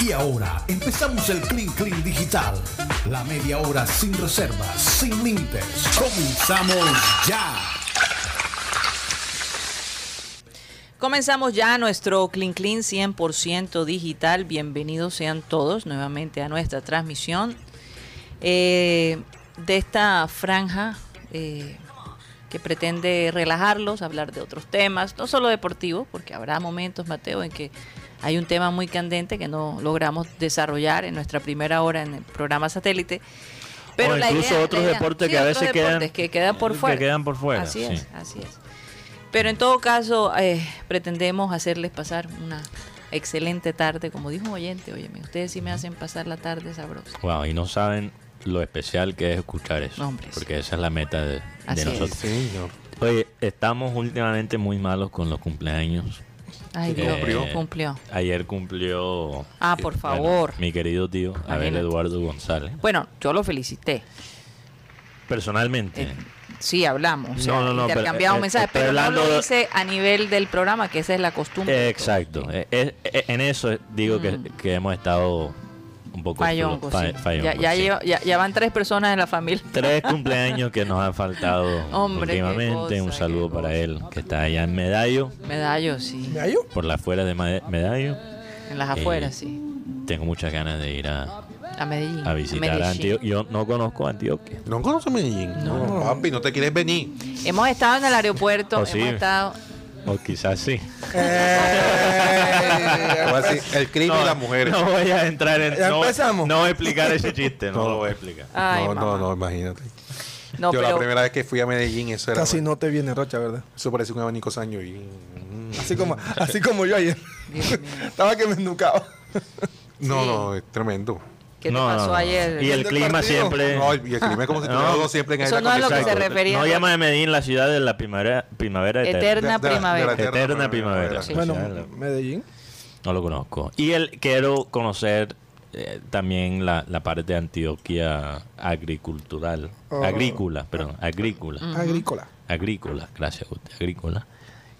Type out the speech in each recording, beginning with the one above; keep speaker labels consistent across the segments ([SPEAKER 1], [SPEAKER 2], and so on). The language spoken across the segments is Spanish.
[SPEAKER 1] Y ahora empezamos el Clean Clean Digital. La media hora sin reservas, sin límites. Comenzamos ya.
[SPEAKER 2] Comenzamos ya nuestro Clean Clean 100% digital. Bienvenidos sean todos nuevamente a nuestra transmisión eh, de esta franja eh, que pretende relajarlos, hablar de otros temas, no solo deportivos, porque habrá momentos, Mateo, en que hay un tema muy candente que no logramos desarrollar en nuestra primera hora en el programa satélite. Pero
[SPEAKER 3] o
[SPEAKER 2] la
[SPEAKER 3] incluso
[SPEAKER 2] idea- la
[SPEAKER 3] otros
[SPEAKER 2] idea-
[SPEAKER 3] deportes
[SPEAKER 2] sí,
[SPEAKER 3] que a
[SPEAKER 2] otros
[SPEAKER 3] veces quedan,
[SPEAKER 2] deportes que quedan por fuera.
[SPEAKER 3] Que quedan por fuera.
[SPEAKER 2] Así
[SPEAKER 3] sí.
[SPEAKER 2] es, así es. Pero en todo caso, eh, pretendemos hacerles pasar una excelente tarde, como dijo un oyente, óyeme, ustedes sí me hacen pasar la tarde sabrosa.
[SPEAKER 3] Wow, y no saben lo especial que es escuchar eso.
[SPEAKER 2] No, hombre, sí.
[SPEAKER 3] porque esa es la meta de, de
[SPEAKER 2] Así es.
[SPEAKER 3] nosotros. Oye, estamos últimamente muy malos con los cumpleaños.
[SPEAKER 2] Ay,
[SPEAKER 3] Eh,
[SPEAKER 2] Dios, cumplió.
[SPEAKER 3] Ayer cumplió.
[SPEAKER 2] Ah, por
[SPEAKER 3] eh, bueno,
[SPEAKER 2] favor.
[SPEAKER 3] mi querido tío, Abel
[SPEAKER 2] Imagínate.
[SPEAKER 3] Eduardo González.
[SPEAKER 2] Bueno, yo lo felicité.
[SPEAKER 3] Personalmente.
[SPEAKER 2] Eh, sí, hablamos. o sea,
[SPEAKER 3] No, no, no, pero,
[SPEAKER 2] intercambiamos
[SPEAKER 3] eh,
[SPEAKER 2] mensajes,
[SPEAKER 3] estoy
[SPEAKER 2] pero no
[SPEAKER 3] hablando
[SPEAKER 2] lo
[SPEAKER 3] de-
[SPEAKER 2] hice a nivel del programa, que esa es la costumbre. de todos,
[SPEAKER 3] Exacto.
[SPEAKER 2] sí.
[SPEAKER 3] Eh, eh, eh, en eso digo que, que hemos estado un poco
[SPEAKER 2] Fallongo,
[SPEAKER 3] fa-
[SPEAKER 2] sí.
[SPEAKER 3] fallongo,
[SPEAKER 2] ya, ya,
[SPEAKER 3] sí.
[SPEAKER 2] lleva- ya- ya van tres personas en la familia.
[SPEAKER 3] Tres cumpleaños que nos han faltado
[SPEAKER 2] Hombre, qué
[SPEAKER 3] últimamente. un
[SPEAKER 2] cosa,
[SPEAKER 3] saludo
[SPEAKER 2] qué
[SPEAKER 3] para
[SPEAKER 2] cosa.
[SPEAKER 3] él, que está allá en Medallo,
[SPEAKER 2] Medallos, sí.
[SPEAKER 3] por las afueras de Made- Medallo.
[SPEAKER 2] En las
[SPEAKER 3] Eh,
[SPEAKER 2] afueras, sí.
[SPEAKER 3] Tengo muchas ganas de ir a,
[SPEAKER 2] A Medellín.
[SPEAKER 3] a visitar a
[SPEAKER 2] Medellín.
[SPEAKER 3] Antioquia. Yo no conozco Antioquia.
[SPEAKER 4] No conoce Medellín. No. papi, no te quieres venir.
[SPEAKER 2] Hemos estado en el aeropuerto,
[SPEAKER 3] Oh,
[SPEAKER 2] hemos
[SPEAKER 3] sí.
[SPEAKER 2] estado...
[SPEAKER 3] O quizás sí.
[SPEAKER 4] O así, el crimen y las mujeres.
[SPEAKER 3] No voy a entrar en.
[SPEAKER 5] Ya
[SPEAKER 3] no,
[SPEAKER 5] empezamos.
[SPEAKER 3] no voy a explicar ese chiste, no, lo voy a explicar.
[SPEAKER 2] Ay,
[SPEAKER 4] no,
[SPEAKER 2] mamá.
[SPEAKER 4] no, no, imagínate.
[SPEAKER 2] No,
[SPEAKER 4] Yo la
[SPEAKER 2] pero-
[SPEAKER 4] primera vez que fui a Medellín, eso era.
[SPEAKER 5] Casi no te viene Rocha, ¿verdad?
[SPEAKER 4] Eso parece un abanico saño y.
[SPEAKER 5] Así como, así como yo ayer.
[SPEAKER 2] Dios mío.
[SPEAKER 5] Estaba que me enducaba.
[SPEAKER 4] No,
[SPEAKER 2] Sí.
[SPEAKER 4] no, es tremendo.
[SPEAKER 2] ¿Qué te
[SPEAKER 3] No, no,
[SPEAKER 2] pasó
[SPEAKER 3] no.
[SPEAKER 2] ayer?
[SPEAKER 3] Y el
[SPEAKER 5] Del
[SPEAKER 3] clima
[SPEAKER 5] partido.
[SPEAKER 3] siempre.
[SPEAKER 4] No, y el crimen es como si
[SPEAKER 3] No.
[SPEAKER 4] tuviera dos siempre en
[SPEAKER 2] Eso
[SPEAKER 4] aire
[SPEAKER 2] no es lo que
[SPEAKER 4] acondicionado.
[SPEAKER 2] se refería,
[SPEAKER 3] No
[SPEAKER 2] ¿no?
[SPEAKER 3] llama de Medellín la ciudad de la primavera, primavera eterna.
[SPEAKER 2] Eterna
[SPEAKER 4] De- de- de la- de
[SPEAKER 2] primavera.
[SPEAKER 4] la-
[SPEAKER 3] Eterna,
[SPEAKER 4] Eterna
[SPEAKER 3] primavera.
[SPEAKER 4] primavera.
[SPEAKER 2] Sí.
[SPEAKER 5] Bueno,
[SPEAKER 3] Ya lo-
[SPEAKER 5] Medellín.
[SPEAKER 3] No lo conozco. Y el, quiero conocer eh, también la, la parte de Antioquia agricultural.
[SPEAKER 5] Oh.
[SPEAKER 3] Agrícola, perdón, agrícola.
[SPEAKER 5] Mm. Agrícola.
[SPEAKER 3] Agrícola, gracias a usted, agrícola.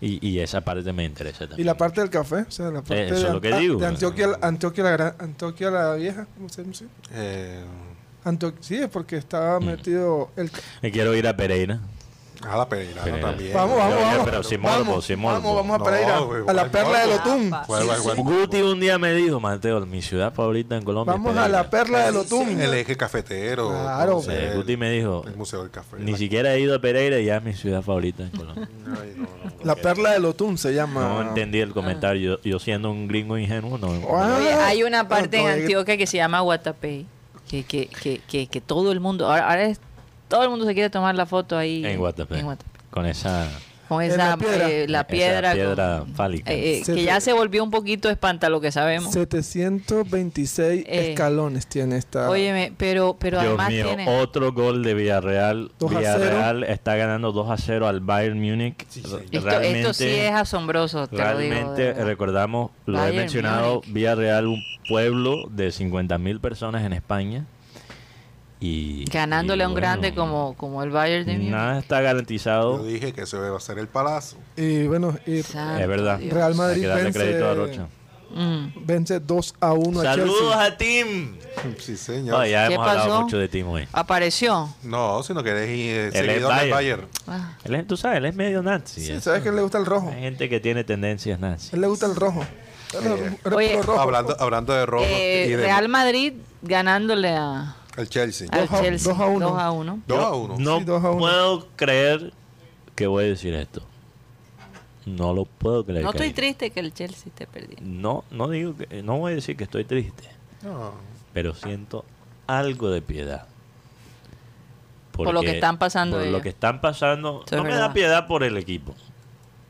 [SPEAKER 3] Y, y esa parte me interesa también.
[SPEAKER 5] Y la parte del café, o sea, la parte
[SPEAKER 3] eso es
[SPEAKER 5] de,
[SPEAKER 3] lo que
[SPEAKER 5] Anta-
[SPEAKER 3] digo.
[SPEAKER 5] de Antioquia, Antioquia, la, gran- Antioquia la vieja, ¿cómo se dice?
[SPEAKER 4] Eh,
[SPEAKER 5] Antio- sí, es porque estaba
[SPEAKER 3] Mm.
[SPEAKER 5] metido el...
[SPEAKER 3] Me quiero ir a Pereira.
[SPEAKER 4] a la Pereira
[SPEAKER 3] Pereira.
[SPEAKER 4] también.
[SPEAKER 5] Vamos, Oh, vamos,
[SPEAKER 3] Oye,
[SPEAKER 5] vamos.
[SPEAKER 3] pero sin
[SPEAKER 5] vamos,
[SPEAKER 3] morbo, sin morbo.
[SPEAKER 5] Vamos, vamos a
[SPEAKER 4] No,
[SPEAKER 5] Pereira,
[SPEAKER 4] güey,
[SPEAKER 5] a la
[SPEAKER 4] güey,
[SPEAKER 5] perla del
[SPEAKER 4] no.
[SPEAKER 5] Otún.
[SPEAKER 4] Guay, guay, guay.
[SPEAKER 3] Guti un día me dijo, Mateo, mi ciudad favorita en Colombia. es
[SPEAKER 5] Vamos a
[SPEAKER 3] Pereira".
[SPEAKER 5] la perla del Otún.
[SPEAKER 4] El eje cafetero.
[SPEAKER 5] Claro.
[SPEAKER 4] conocer
[SPEAKER 3] Eh,
[SPEAKER 4] el-
[SPEAKER 3] Guti me dijo,
[SPEAKER 4] El Museo del Café.
[SPEAKER 3] ni siquiera he ido a Pereira y ya es mi ciudad favorita en Colombia.
[SPEAKER 4] Ay, no, no.
[SPEAKER 5] La perla del Otún se llama.
[SPEAKER 3] No entendí el comentario. Yo, yo siendo un gringo ingenuo, no.
[SPEAKER 5] Ah,
[SPEAKER 2] Oye, hay una
[SPEAKER 5] no,
[SPEAKER 2] parte en
[SPEAKER 5] todavía-
[SPEAKER 2] Antioquia que se llama Guatapé, que, que, que, que, que todo el mundo, ahora, ahora es- todo el mundo se quiere tomar la foto ahí
[SPEAKER 3] En Guatapé.
[SPEAKER 2] en Guatapé.
[SPEAKER 3] Con esa,
[SPEAKER 2] Con
[SPEAKER 5] En
[SPEAKER 2] esa
[SPEAKER 5] la piedra.
[SPEAKER 2] eh, la
[SPEAKER 3] esa
[SPEAKER 2] piedra, con-
[SPEAKER 3] piedra fálica.
[SPEAKER 2] eh, eh,
[SPEAKER 5] Se
[SPEAKER 2] que
[SPEAKER 5] te-
[SPEAKER 2] ya se volvió un poquito espanta lo que sabemos.
[SPEAKER 5] 726
[SPEAKER 2] Eh.
[SPEAKER 5] escalones tiene esta.
[SPEAKER 2] Óyeme, pero, pero
[SPEAKER 3] Dios
[SPEAKER 2] además
[SPEAKER 3] mío,
[SPEAKER 2] tiene...
[SPEAKER 3] otro gol de Villarreal.
[SPEAKER 5] 2 a 0.
[SPEAKER 3] Villarreal está ganando 2 a 0 al Bayern Múnich. Re-
[SPEAKER 2] Esto, esto sí es asombroso, te lo digo. de
[SPEAKER 3] realmente
[SPEAKER 2] verdad.
[SPEAKER 3] recordamos, lo
[SPEAKER 2] Bayern
[SPEAKER 3] he mencionado,
[SPEAKER 2] Múnich.
[SPEAKER 3] Villarreal, un pueblo de 50.000 personas en España. Y,
[SPEAKER 2] Ganándole
[SPEAKER 3] y
[SPEAKER 2] a un
[SPEAKER 3] bueno,
[SPEAKER 2] grande como, como el Bayern de Múnich.
[SPEAKER 3] Nada está
[SPEAKER 4] Yo
[SPEAKER 3] garantizado.
[SPEAKER 4] dije que se va a hacer el palazo.
[SPEAKER 5] Y bueno, y
[SPEAKER 2] Santo
[SPEAKER 3] Es verdad.
[SPEAKER 2] Dios.
[SPEAKER 5] Real
[SPEAKER 3] Hay
[SPEAKER 5] Madrid
[SPEAKER 3] que darle
[SPEAKER 5] vence-
[SPEAKER 3] crédito a Rocha.
[SPEAKER 2] Mm.
[SPEAKER 5] vence 2 a 1 a
[SPEAKER 3] Saludos
[SPEAKER 5] Chelsea.
[SPEAKER 3] a Tim.
[SPEAKER 4] Sí, señor.
[SPEAKER 3] No, ya
[SPEAKER 2] ¿Qué
[SPEAKER 3] hemos hablado
[SPEAKER 2] pasó?
[SPEAKER 3] mucho de Tim hoy.
[SPEAKER 2] Apareció.
[SPEAKER 4] No, si no querés ir
[SPEAKER 3] es
[SPEAKER 4] seguidor
[SPEAKER 3] Bayern.
[SPEAKER 4] del Bayern.
[SPEAKER 2] Ah,
[SPEAKER 3] Él es- tú sabes, él es medio nazi.
[SPEAKER 5] Sí,
[SPEAKER 3] es-
[SPEAKER 5] ¿sabes que le gusta el rojo?
[SPEAKER 3] Hay gente que tiene tendencias nazis.
[SPEAKER 5] él le gusta el rojo. Él es
[SPEAKER 4] Eh,
[SPEAKER 5] ro-
[SPEAKER 2] Oye.
[SPEAKER 5] ro- rojo.
[SPEAKER 4] Hablando, hablando de rojo
[SPEAKER 2] eh,
[SPEAKER 4] y de
[SPEAKER 2] Real Madrid ganándole a,
[SPEAKER 4] el Chelsea.
[SPEAKER 2] al
[SPEAKER 5] Dos a-
[SPEAKER 2] Chelsea.
[SPEAKER 5] dos a uno.
[SPEAKER 2] Dos a uno.
[SPEAKER 4] 2 a 1.
[SPEAKER 3] No
[SPEAKER 5] Sí, dos a uno.
[SPEAKER 3] puedo creer que voy a decir esto. No lo puedo creer.
[SPEAKER 2] No estoy
[SPEAKER 3] Karina.
[SPEAKER 2] triste que el Chelsea esté perdiendo.
[SPEAKER 3] No, no digo que, eh, no voy a decir que estoy triste, pero siento algo de piedad.
[SPEAKER 2] Por lo que están pasando
[SPEAKER 3] Por
[SPEAKER 2] ellos.
[SPEAKER 3] lo que están pasando.
[SPEAKER 2] Eso es
[SPEAKER 3] no me
[SPEAKER 2] verdad.
[SPEAKER 3] da piedad por el equipo.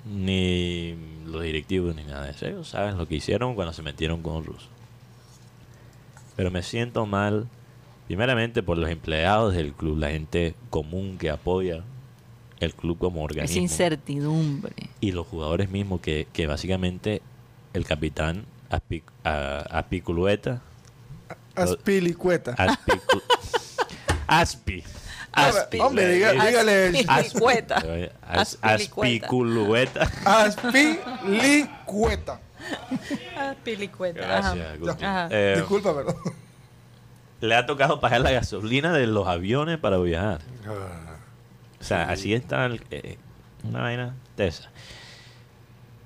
[SPEAKER 3] Ni los directivos ni nada de eso. Ellos saben lo que hicieron cuando se metieron con Russo. Pero me siento mal, primeramente por los empleados del club, la gente común que apoya el club como
[SPEAKER 2] Es
[SPEAKER 3] organismo
[SPEAKER 2] incertidumbre.
[SPEAKER 3] y los jugadores mismos que, que básicamente el capitán Aspi- a- Aspiculueta
[SPEAKER 5] Aspilicueta.
[SPEAKER 3] Aspicu- Aspi Aspi
[SPEAKER 5] Hombre, diga-
[SPEAKER 3] le-
[SPEAKER 5] dígale.
[SPEAKER 2] Ascueta.
[SPEAKER 3] As-
[SPEAKER 2] Aspilicueta.
[SPEAKER 3] Aspiculueta
[SPEAKER 5] Aspilicueta.
[SPEAKER 2] esas pilicuetas. Ajá.
[SPEAKER 3] Gracias, Guti.
[SPEAKER 2] Ajá.
[SPEAKER 3] Eh,
[SPEAKER 5] Disculpa, perdón.
[SPEAKER 3] le ha tocado pagar la gasolina de los aviones para viajar. O sea, así está el- eh, una vaina tesa.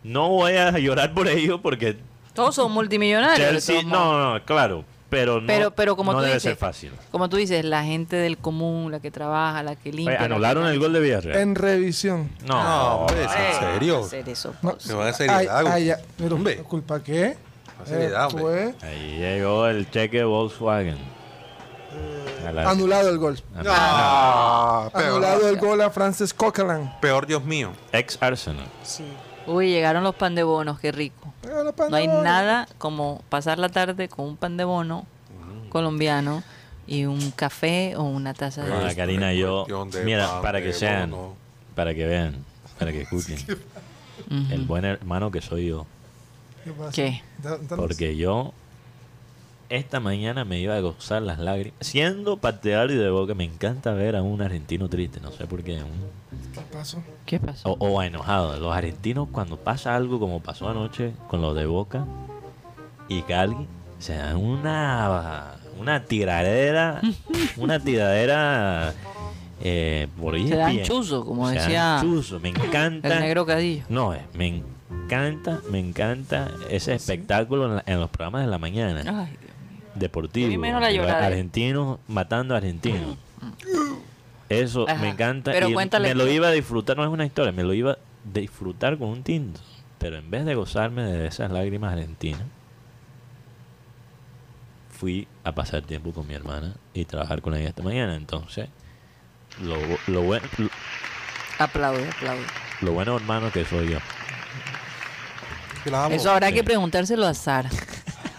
[SPEAKER 3] No voy a llorar por ello porque
[SPEAKER 2] Todos son multimillonarios. de
[SPEAKER 3] Chelsea,
[SPEAKER 2] todos modos.
[SPEAKER 3] no, no, claro, pero no,
[SPEAKER 2] pero, pero como
[SPEAKER 3] no
[SPEAKER 2] tú
[SPEAKER 3] debe
[SPEAKER 2] dices,
[SPEAKER 3] ser fácil.
[SPEAKER 2] Como tú dices, la gente del común, la que trabaja, la que limpia.
[SPEAKER 3] Oye,
[SPEAKER 2] la que-
[SPEAKER 3] anularon el gol de Villarreal.
[SPEAKER 5] En revisión.
[SPEAKER 3] No,
[SPEAKER 4] No, hombre,
[SPEAKER 3] ah,
[SPEAKER 4] sí,
[SPEAKER 2] Eh,
[SPEAKER 4] ¿En serio?
[SPEAKER 2] hacer eso,
[SPEAKER 5] No.
[SPEAKER 2] pues.
[SPEAKER 4] Me van a hacer
[SPEAKER 5] Ay,
[SPEAKER 4] helado.
[SPEAKER 5] ay, ya. Pero,
[SPEAKER 4] Hombre.
[SPEAKER 5] ¿Culpa qué?
[SPEAKER 4] Facilidad, hombre.
[SPEAKER 5] Pues,
[SPEAKER 3] Ahí llegó el cheque de Volkswagen. A la-
[SPEAKER 5] anulado el gol.
[SPEAKER 3] a la-
[SPEAKER 4] Ah, peor,
[SPEAKER 5] Anulado el gol a Francis Coquelin. Eh,
[SPEAKER 4] peor, Dios mío.
[SPEAKER 3] Ex Arsenal.
[SPEAKER 2] Uy, llegaron los pan de bonos, qué rico. No hay nada como pasar la tarde con un pan de bono
[SPEAKER 3] Mm.
[SPEAKER 2] colombiano y un café o una taza de...
[SPEAKER 3] Bueno,
[SPEAKER 4] es
[SPEAKER 3] Karina y yo.
[SPEAKER 4] cuestión de
[SPEAKER 3] Mira,
[SPEAKER 4] pan,
[SPEAKER 3] para
[SPEAKER 4] de
[SPEAKER 3] que sean,
[SPEAKER 4] bono.
[SPEAKER 3] para que vean, para que escuchen. El buen hermano que soy yo.
[SPEAKER 2] ¿Qué?
[SPEAKER 3] Porque yo esta mañana me iba a gozar las lágrimas. Siendo partidario de Boca, me encanta ver a un argentino triste. No sé por qué. un-
[SPEAKER 5] ¿Qué pasó?
[SPEAKER 2] ¿Qué pasó?
[SPEAKER 3] o, o enojado. Los argentinos cuando pasa algo como pasó anoche con los de Boca y Cali, se dan una, una tiradera, una tiradera eh, por ahí.
[SPEAKER 2] Se dan chuzo, como decía
[SPEAKER 3] Me encanta.
[SPEAKER 2] El negro cadillo.
[SPEAKER 3] No, eh, me encanta, me encanta ese espectáculo en, la- en los programas de la mañana
[SPEAKER 2] Ay, Dios mío.
[SPEAKER 3] deportivo.
[SPEAKER 2] Primero la
[SPEAKER 3] de
[SPEAKER 2] llorada.
[SPEAKER 3] Argentinos matando a argentinos. Eso
[SPEAKER 2] Ajá.
[SPEAKER 3] me encanta.
[SPEAKER 2] Pero
[SPEAKER 3] y
[SPEAKER 2] cuéntale
[SPEAKER 3] me lo
[SPEAKER 2] tú.
[SPEAKER 3] iba a disfrutar, no es una historia, me lo iba a disfrutar con un tinto. Pero en vez de gozarme de esas lágrimas argentinas, fui a pasar tiempo con mi hermana y trabajar con ella esta mañana. Entonces, lo, lo, buen- lo,
[SPEAKER 2] Aplaude, aplaude.
[SPEAKER 3] lo bueno hermano que soy yo.
[SPEAKER 4] Que la amo.
[SPEAKER 2] Eso habrá
[SPEAKER 3] sí.
[SPEAKER 2] que preguntárselo a Sara.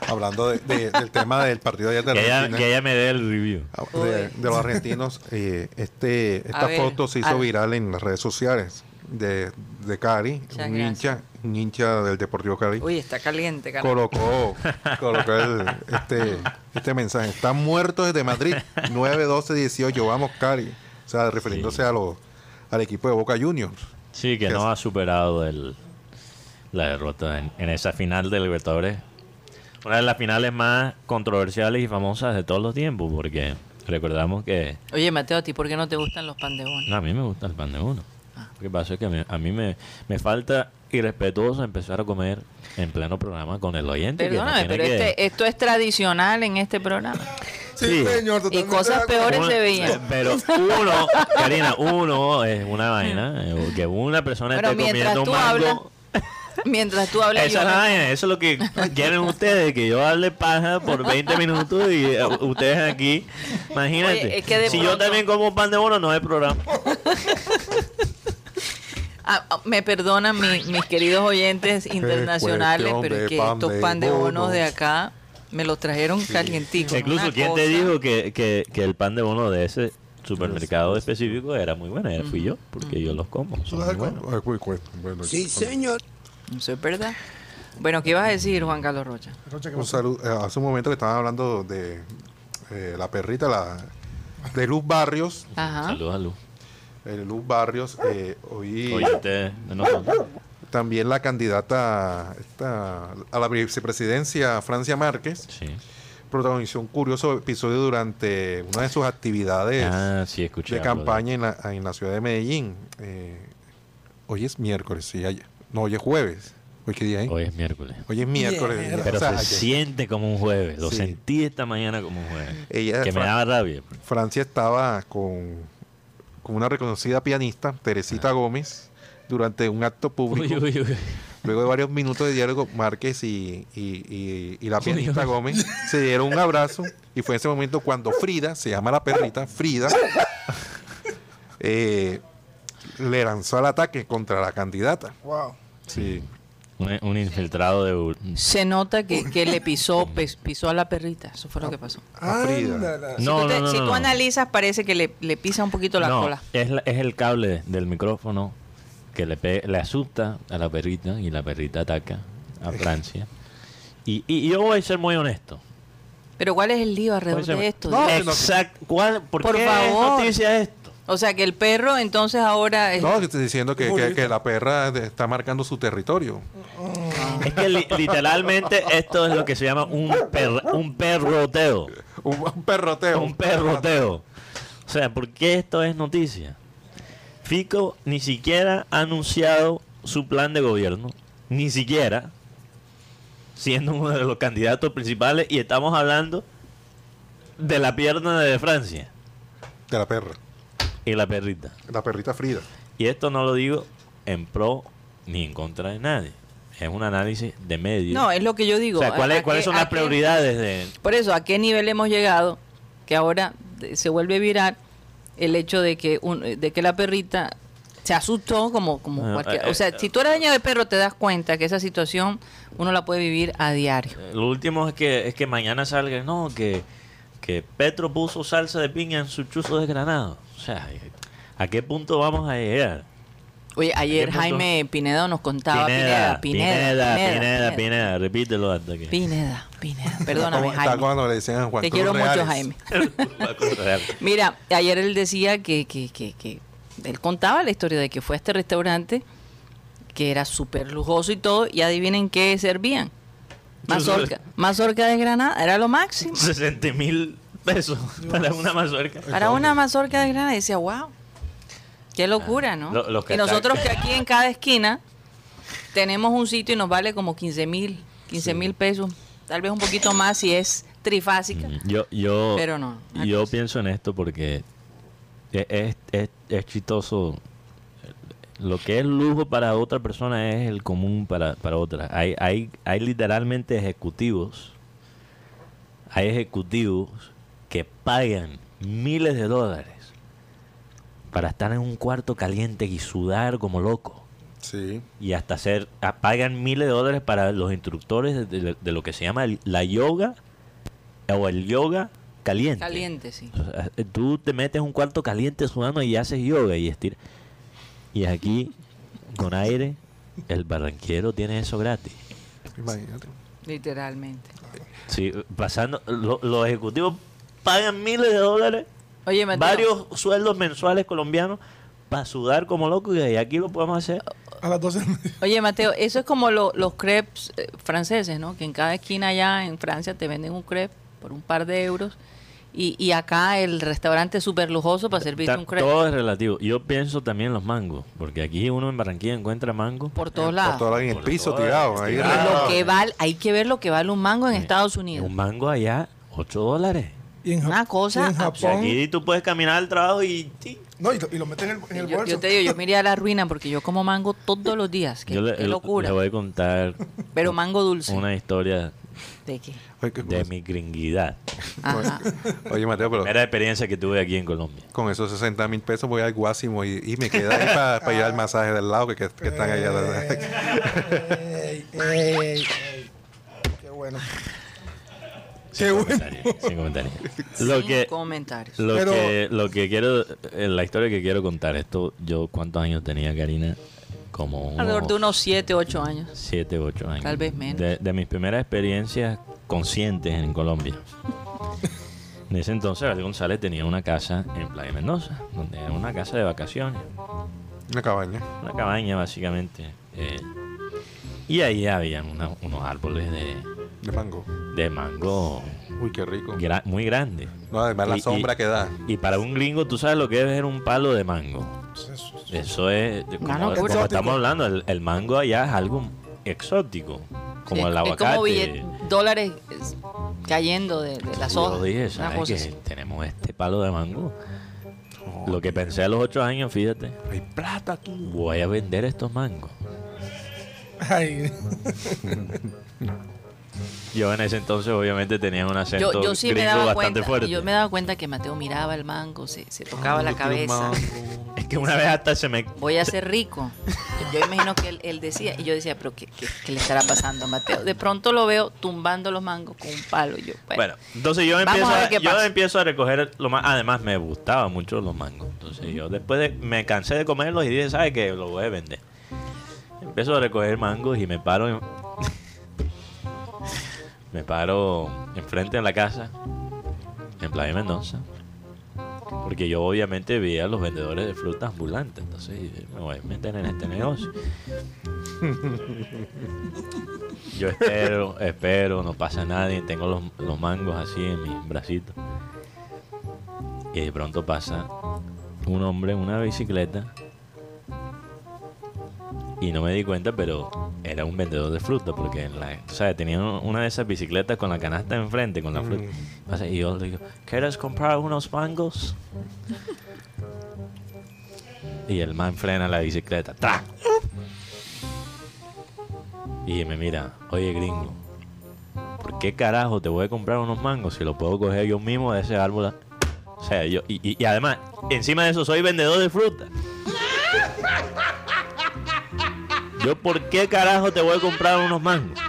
[SPEAKER 4] Hablando de- de- del tema del partido de ayer de
[SPEAKER 3] Que ella,
[SPEAKER 4] Argentina.
[SPEAKER 3] que ella me dé el review.
[SPEAKER 4] Ah, de, de los argentinos, eh, este,
[SPEAKER 2] A
[SPEAKER 4] esta
[SPEAKER 2] ver,
[SPEAKER 4] foto se hizo
[SPEAKER 2] al-
[SPEAKER 4] viral en las redes sociales de, de Cari,
[SPEAKER 2] Muchas
[SPEAKER 4] un
[SPEAKER 2] gracias.
[SPEAKER 4] hincha, un hincha del Deportivo Cali,
[SPEAKER 2] Uy, está caliente, carajo.
[SPEAKER 4] colocó, colocó el- este, este mensaje. Están muertos desde Madrid, 9, 12, 18, vamos Cari. O sea, refiriéndose a los, al equipo de Boca Juniors.
[SPEAKER 3] Sí, que
[SPEAKER 4] ¿Qué
[SPEAKER 3] no
[SPEAKER 4] hace?
[SPEAKER 3] ha superado el, la derrota en, en esa final de Libertadores. Una de las finales más controversiales y famosas de todos los tiempos, porque recordamos que...
[SPEAKER 2] Oye, Mateo, ¿a ti por qué no te gustan los pan de bono?
[SPEAKER 3] No, a mí me gusta el pan de uno.
[SPEAKER 2] Ah.
[SPEAKER 3] Lo que pasa es que me- a mí me, me falta irrespetuoso empezar a comer en pleno programa con el oyente. que no
[SPEAKER 2] Perdóname, pero
[SPEAKER 3] tiene que-
[SPEAKER 2] este, esto es tradicional en este programa.
[SPEAKER 3] Sí.
[SPEAKER 5] señor.
[SPEAKER 2] Y
[SPEAKER 5] totalmente
[SPEAKER 2] cosas
[SPEAKER 5] de acuerdo.
[SPEAKER 2] peores
[SPEAKER 3] Uno- eh,
[SPEAKER 2] se veían.
[SPEAKER 3] Pero uno, Karina, uno es una vaina. eh, Que una persona
[SPEAKER 2] Pero
[SPEAKER 3] esté
[SPEAKER 2] mientras
[SPEAKER 3] comiendo un
[SPEAKER 2] tú
[SPEAKER 3] mango...
[SPEAKER 2] hablas, Mientras tú hablas,
[SPEAKER 3] Esa
[SPEAKER 2] yo
[SPEAKER 3] es la
[SPEAKER 2] no-
[SPEAKER 3] vaina, eso es lo que quieren ustedes, que yo hable paja por 20 minutos y eh, ustedes aquí. Imagínate.
[SPEAKER 2] Oye, es que de
[SPEAKER 3] si yo
[SPEAKER 2] pronto-
[SPEAKER 3] también como pan de bono, no es programa.
[SPEAKER 2] Ah, ah, me perdonan mi- mis queridos oyentes internacionales,
[SPEAKER 4] cuestión
[SPEAKER 2] pero es
[SPEAKER 4] de
[SPEAKER 2] que
[SPEAKER 4] pan
[SPEAKER 2] estos
[SPEAKER 4] de
[SPEAKER 2] pan de bonos
[SPEAKER 4] bono.
[SPEAKER 2] de acá me los trajeron calientitos.
[SPEAKER 3] Incluso,
[SPEAKER 2] Una
[SPEAKER 3] ¿quién
[SPEAKER 2] cosa.
[SPEAKER 3] te dijo que, que- que el pan de bono de ese supermercado específico era muy bueno? Era- Fui yo, porque yo los como. son
[SPEAKER 5] ¿Tú das
[SPEAKER 3] muy
[SPEAKER 5] el
[SPEAKER 3] buenos.
[SPEAKER 4] Ay, cu- cu- pues, bueno,
[SPEAKER 2] Eso es verdad. Bueno, ¿qué ibas a decir, Juan Carlos Rocha?
[SPEAKER 5] Rocha, ¿qué
[SPEAKER 4] Un
[SPEAKER 5] pasó?
[SPEAKER 4] saludo. eh, hace un momento que estaban hablando de eh, la perrita, la de Luz Barrios.
[SPEAKER 2] Ajá.
[SPEAKER 3] Saludos a Luz.
[SPEAKER 4] eh, Luz Barrios, eh, hoy
[SPEAKER 3] Oyente de nosotros.
[SPEAKER 4] también la candidata esta, a la vicepresidencia, Francia Márquez,
[SPEAKER 3] Sí.
[SPEAKER 4] protagonizó un curioso episodio durante una de sus actividades
[SPEAKER 3] Ah, sí, escuché.
[SPEAKER 4] de
[SPEAKER 3] algo
[SPEAKER 4] campaña en la, en la ciudad de Medellín. Eh, hoy es miércoles, sí, ayer- no, hoy es jueves. ¿Hoy qué día es? Hoy,
[SPEAKER 3] Hoy es miércoles.
[SPEAKER 4] es miércoles.
[SPEAKER 5] Mierda.
[SPEAKER 4] o
[SPEAKER 3] Pero
[SPEAKER 4] sea,
[SPEAKER 3] se
[SPEAKER 4] ayer.
[SPEAKER 3] siente como un jueves. Lo
[SPEAKER 4] Sí.
[SPEAKER 3] sentí esta mañana como un jueves.
[SPEAKER 4] Ella-
[SPEAKER 3] que me
[SPEAKER 4] Fran-
[SPEAKER 3] daba rabia.
[SPEAKER 4] Francia estaba con, con una reconocida pianista,
[SPEAKER 3] Ah.
[SPEAKER 4] Teresita Gómez, durante un acto público.
[SPEAKER 3] Uy, uy, uy.
[SPEAKER 4] Luego de varios minutos de diálogo, Márquez y, y- y- y la
[SPEAKER 3] Uy,
[SPEAKER 4] pianista
[SPEAKER 3] uy.
[SPEAKER 4] Gómez se dieron un abrazo y fue en ese momento cuando Frida, se llama la perrita, Frida, eh, le lanzó al ataque contra la candidata.
[SPEAKER 5] Wow.
[SPEAKER 4] Sí.
[SPEAKER 3] Un, un infiltrado de... bur-
[SPEAKER 2] Se nota que, que le pisó, pes- pisó a la perrita. Eso fue lo que pasó.
[SPEAKER 4] A Frida.
[SPEAKER 5] Ándala.
[SPEAKER 3] No,
[SPEAKER 2] si tú,
[SPEAKER 3] no, no,
[SPEAKER 2] si
[SPEAKER 3] no,
[SPEAKER 2] tú
[SPEAKER 3] no.
[SPEAKER 2] analizas, parece que le, le pisa un poquito la
[SPEAKER 3] No,
[SPEAKER 2] cola.
[SPEAKER 3] Es, la- es el cable del micrófono que le, pe- le asusta a la perrita y la perrita ataca a Francia. Y, y yo voy a ser muy honesto.
[SPEAKER 2] Pero ¿cuál es el lío alrededor
[SPEAKER 3] Voy a ser-
[SPEAKER 2] de esto?
[SPEAKER 4] No.
[SPEAKER 3] Exacto. ¿Cuál- ¿Por,
[SPEAKER 2] Por
[SPEAKER 3] qué
[SPEAKER 2] favor.
[SPEAKER 3] es noticia esto?
[SPEAKER 2] O sea, que el perro entonces ahora... es-
[SPEAKER 4] No, que estoy diciendo que, que- que la perra de- está marcando su territorio.
[SPEAKER 3] Es que li- literalmente esto es lo que se llama un, per- un perroteo.
[SPEAKER 4] Un, un perroteo.
[SPEAKER 3] Un perroteo. O sea, ¿por qué esto es noticia? Fico ni siquiera ha anunciado su plan de gobierno. Ni siquiera. Siendo uno de los candidatos principales. Y estamos hablando de la pierna de Francia.
[SPEAKER 4] De la perra.
[SPEAKER 3] Y la perrita.
[SPEAKER 4] La perrita Frida.
[SPEAKER 3] Y esto no lo digo en pro ni en contra de nadie. Es un análisis de medios.
[SPEAKER 2] No, es lo que yo digo.
[SPEAKER 3] o sea, ¿cuáles,
[SPEAKER 2] ¿A
[SPEAKER 3] cuáles
[SPEAKER 2] qué-
[SPEAKER 3] son
[SPEAKER 2] a
[SPEAKER 3] las
[SPEAKER 2] qué-
[SPEAKER 3] prioridades de...
[SPEAKER 2] Por eso, ¿a qué nivel hemos llegado que ahora de- se vuelve viral el hecho de que un- de que la perrita se asustó como como
[SPEAKER 3] Ah,
[SPEAKER 2] cualquier,
[SPEAKER 3] eh,
[SPEAKER 2] o sea,
[SPEAKER 3] eh,
[SPEAKER 2] si tú eres dueño de perro te das cuenta que esa situación uno la puede vivir a diario.
[SPEAKER 3] Eh, Lo último es que, es que mañana salga, no, que, que Petro puso salsa de piña en su chuzo de granado. O sea, ¿a qué punto vamos a llegar?
[SPEAKER 2] Oye, ayer
[SPEAKER 3] punto?
[SPEAKER 2] Jaime Pinedo nos contaba Pineda,
[SPEAKER 3] Pineda, Pineda,
[SPEAKER 2] Pineda,
[SPEAKER 3] Pineda, Pineda, repítelo hasta que...
[SPEAKER 2] Pineda, Pineda.
[SPEAKER 4] Como
[SPEAKER 2] Perdóname,
[SPEAKER 4] está
[SPEAKER 2] Jaime.
[SPEAKER 4] cuando le decían a Juan
[SPEAKER 2] Te
[SPEAKER 4] Cruz
[SPEAKER 2] quiero mucho,
[SPEAKER 4] Reales.
[SPEAKER 2] Jaime.
[SPEAKER 3] Va a correr.
[SPEAKER 2] Mira, ayer él decía que, que, que, que él contaba la historia de que fue a este restaurante que era súper lujoso y todo, y adivinen qué servían. Mazorca. Mazorca de Granada, era lo máximo.
[SPEAKER 3] 60 mil pesos para una mazorca.
[SPEAKER 2] Para una mazorca de Granada, y decía, wow, qué locura, ¿no?
[SPEAKER 3] Ah, Lo- los que
[SPEAKER 2] y nosotros que
[SPEAKER 3] atacan.
[SPEAKER 2] aquí en cada esquina tenemos un sitio y nos vale como 15 mil, 15 mil pesos, tal vez un poquito más si es trifásica.
[SPEAKER 3] Yo, yo,
[SPEAKER 2] Pero no, una
[SPEAKER 3] yo pienso en esto porque es, es, es- es chistoso. Lo que es lujo para otra persona es el común para, para otra. Hay, hay, hay literalmente ejecutivos. Hay ejecutivos que pagan miles de dólares para estar en un cuarto caliente y sudar como loco.
[SPEAKER 4] Sí.
[SPEAKER 3] Y hasta hacer, ah, pagan miles de dólares para los instructores de, de- de lo que se llama el- la yoga o el yoga caliente.
[SPEAKER 2] Caliente, sí.
[SPEAKER 3] O sea, eh, tú te metes en un cuarto caliente sudando y haces yoga y estiras. Y aquí, con aire, el barranquero tiene eso gratis.
[SPEAKER 4] Imagínate.
[SPEAKER 2] Literalmente.
[SPEAKER 3] Sí, pasando, lo- los ejecutivos pagan miles de dólares,
[SPEAKER 2] Oye, Mateo,
[SPEAKER 3] varios sueldos mensuales colombianos, para sudar como loco y aquí lo podemos hacer.
[SPEAKER 5] A las 12 del mediodía.
[SPEAKER 2] Oye, Mateo, eso es como lo- los crepes eh, franceses, ¿no? Que en cada esquina allá en Francia te venden un crepe por un par de euros. Y, y acá el restaurante es súper lujoso para servirte
[SPEAKER 3] Ta-
[SPEAKER 2] un crepe
[SPEAKER 3] Todo es relativo. Yo pienso también en los mangos, porque aquí uno en Barranquilla encuentra mango.
[SPEAKER 2] por todos
[SPEAKER 4] Por
[SPEAKER 2] lados.
[SPEAKER 4] todo en el
[SPEAKER 3] Por
[SPEAKER 4] piso
[SPEAKER 3] todo,
[SPEAKER 4] tirado. Ahí
[SPEAKER 3] tirado.
[SPEAKER 4] regado.
[SPEAKER 2] Lo que vale, hay que ver lo que vale un mango en Estados Unidos.
[SPEAKER 3] Un mango allá, 8 dólares.
[SPEAKER 5] Y en Ja-
[SPEAKER 2] Una cosa
[SPEAKER 5] y en
[SPEAKER 3] O sea,
[SPEAKER 5] Japón.
[SPEAKER 3] aquí tú puedes caminar al trabajo y... ti.
[SPEAKER 5] No, y lo, y lo meten en el, en el
[SPEAKER 2] Yo,
[SPEAKER 5] bolso.
[SPEAKER 2] yo te digo, yo me iría a la ruina porque yo como mango todos los días. Qué,
[SPEAKER 3] Yo le,
[SPEAKER 2] qué
[SPEAKER 3] le-
[SPEAKER 2] locura.
[SPEAKER 3] le voy a contar
[SPEAKER 2] Pero mango dulce.
[SPEAKER 3] una historia
[SPEAKER 2] ¿De qué?
[SPEAKER 4] Ay, qué
[SPEAKER 3] de
[SPEAKER 4] cosa.
[SPEAKER 3] mi gringuidad.
[SPEAKER 2] Ajá.
[SPEAKER 4] Oye, Mateo, pero
[SPEAKER 3] Primera experiencia que tuve aquí en Colombia.
[SPEAKER 4] con esos 60 mil pesos voy al Guasimo y, y me queda ahí para ir al masaje del lado que, que- que están allá.
[SPEAKER 2] Eh.
[SPEAKER 5] Ey, ey, ey. Qué bueno. Qué bueno.
[SPEAKER 3] Comentario, sin comentarios. Lo
[SPEAKER 2] Sin
[SPEAKER 3] que,
[SPEAKER 2] comentarios.
[SPEAKER 3] lo,
[SPEAKER 5] Pero-
[SPEAKER 3] que, lo que quiero... eh, La historia que quiero contar. Esto, yo cuántos años tenía, Karina? Como
[SPEAKER 2] Alrededor de unos 7, 8 años.
[SPEAKER 3] 7, 8 años.
[SPEAKER 2] Tal vez menos.
[SPEAKER 3] De, de mis primeras experiencias conscientes en Colombia. En ese entonces, Abel González tenía una casa en Playa Mendoza, donde era una casa de vacaciones,
[SPEAKER 4] Una cabaña.
[SPEAKER 3] una cabaña básicamente. eh, y ahí habían una- unos árboles de,
[SPEAKER 4] De mango.
[SPEAKER 3] de mango
[SPEAKER 4] Uy, qué rico.
[SPEAKER 3] gra- muy grandes.
[SPEAKER 4] No, además la
[SPEAKER 3] Y- y-
[SPEAKER 4] sombra que da.
[SPEAKER 3] Y para un gringo, tú sabes lo que es ver un palo de mango.
[SPEAKER 5] Pues eso.
[SPEAKER 3] Eso es, eh, como,
[SPEAKER 2] Una locura.
[SPEAKER 3] como estamos hablando, el, el mango allá es algo exótico, como
[SPEAKER 2] Sí,
[SPEAKER 3] el
[SPEAKER 2] es-
[SPEAKER 3] aguacate.
[SPEAKER 2] Es como billet- dólares es, cayendo de, de las
[SPEAKER 3] Yo
[SPEAKER 2] hojas.
[SPEAKER 3] dije,
[SPEAKER 2] una
[SPEAKER 3] ¿sabes
[SPEAKER 2] cosa
[SPEAKER 3] qué?
[SPEAKER 2] así.
[SPEAKER 3] Tenemos este palo de mango. Lo que pensé a los ocho años, fíjate.
[SPEAKER 4] Hay plata aquí.
[SPEAKER 3] Voy a vender estos mangos.
[SPEAKER 5] Ay,
[SPEAKER 3] Yo en ese entonces obviamente tenía un acento
[SPEAKER 2] Yo, yo sí me
[SPEAKER 3] gringo
[SPEAKER 2] daba
[SPEAKER 3] bastante
[SPEAKER 2] cuenta.
[SPEAKER 3] fuerte.
[SPEAKER 2] Yo me daba cuenta que Mateo miraba el mango, se, se tocaba la
[SPEAKER 4] Yo quiero
[SPEAKER 2] cabeza.
[SPEAKER 4] mango.
[SPEAKER 3] Es que una vez hasta se me...
[SPEAKER 2] Voy a ser rico. Yo imagino que él, él decía, y yo decía, pero qué, qué- qué le estará pasando a Mateo? De pronto lo veo tumbando los mangos con un palo. y Yo,
[SPEAKER 3] Bueno, entonces yo
[SPEAKER 2] Vamos
[SPEAKER 3] empiezo
[SPEAKER 2] a
[SPEAKER 3] a,
[SPEAKER 2] ver qué
[SPEAKER 3] yo
[SPEAKER 2] pasa.
[SPEAKER 3] empiezo a recoger lo más... Además me gustaban mucho los mangos. Entonces yo después de- me cansé de comerlos y dije, ¿sabes qué? Los voy a vender. Empiezo a recoger mangos y me paro... en- me paro enfrente de la casa, en Playa Mendoza. Porque yo obviamente vi a los vendedores de frutas ambulantes. Entonces dije, me voy a meter en este negocio. Yo espero, espero, no pasa nadie. Tengo los, los mangos así en mis bracitos. Y de pronto pasa un hombre en una bicicleta. Y no me di cuenta, pero era un vendedor de fruta. Porque, en la, o sea, tenía una de esas bicicletas con la canasta enfrente, con la fruta. Pasa, Y yo le digo, ¿quieres comprar unos mangos? Y el man frena la bicicleta. ¡Tra! Y me mira, oye gringo, ¿por qué carajo te voy a comprar unos mangos si los puedo coger yo mismo de ese árbol? O sea, yo, y, y- y además, encima de eso, soy vendedor de fruta. Yo, ¿por qué carajo te voy a comprar unos mangos?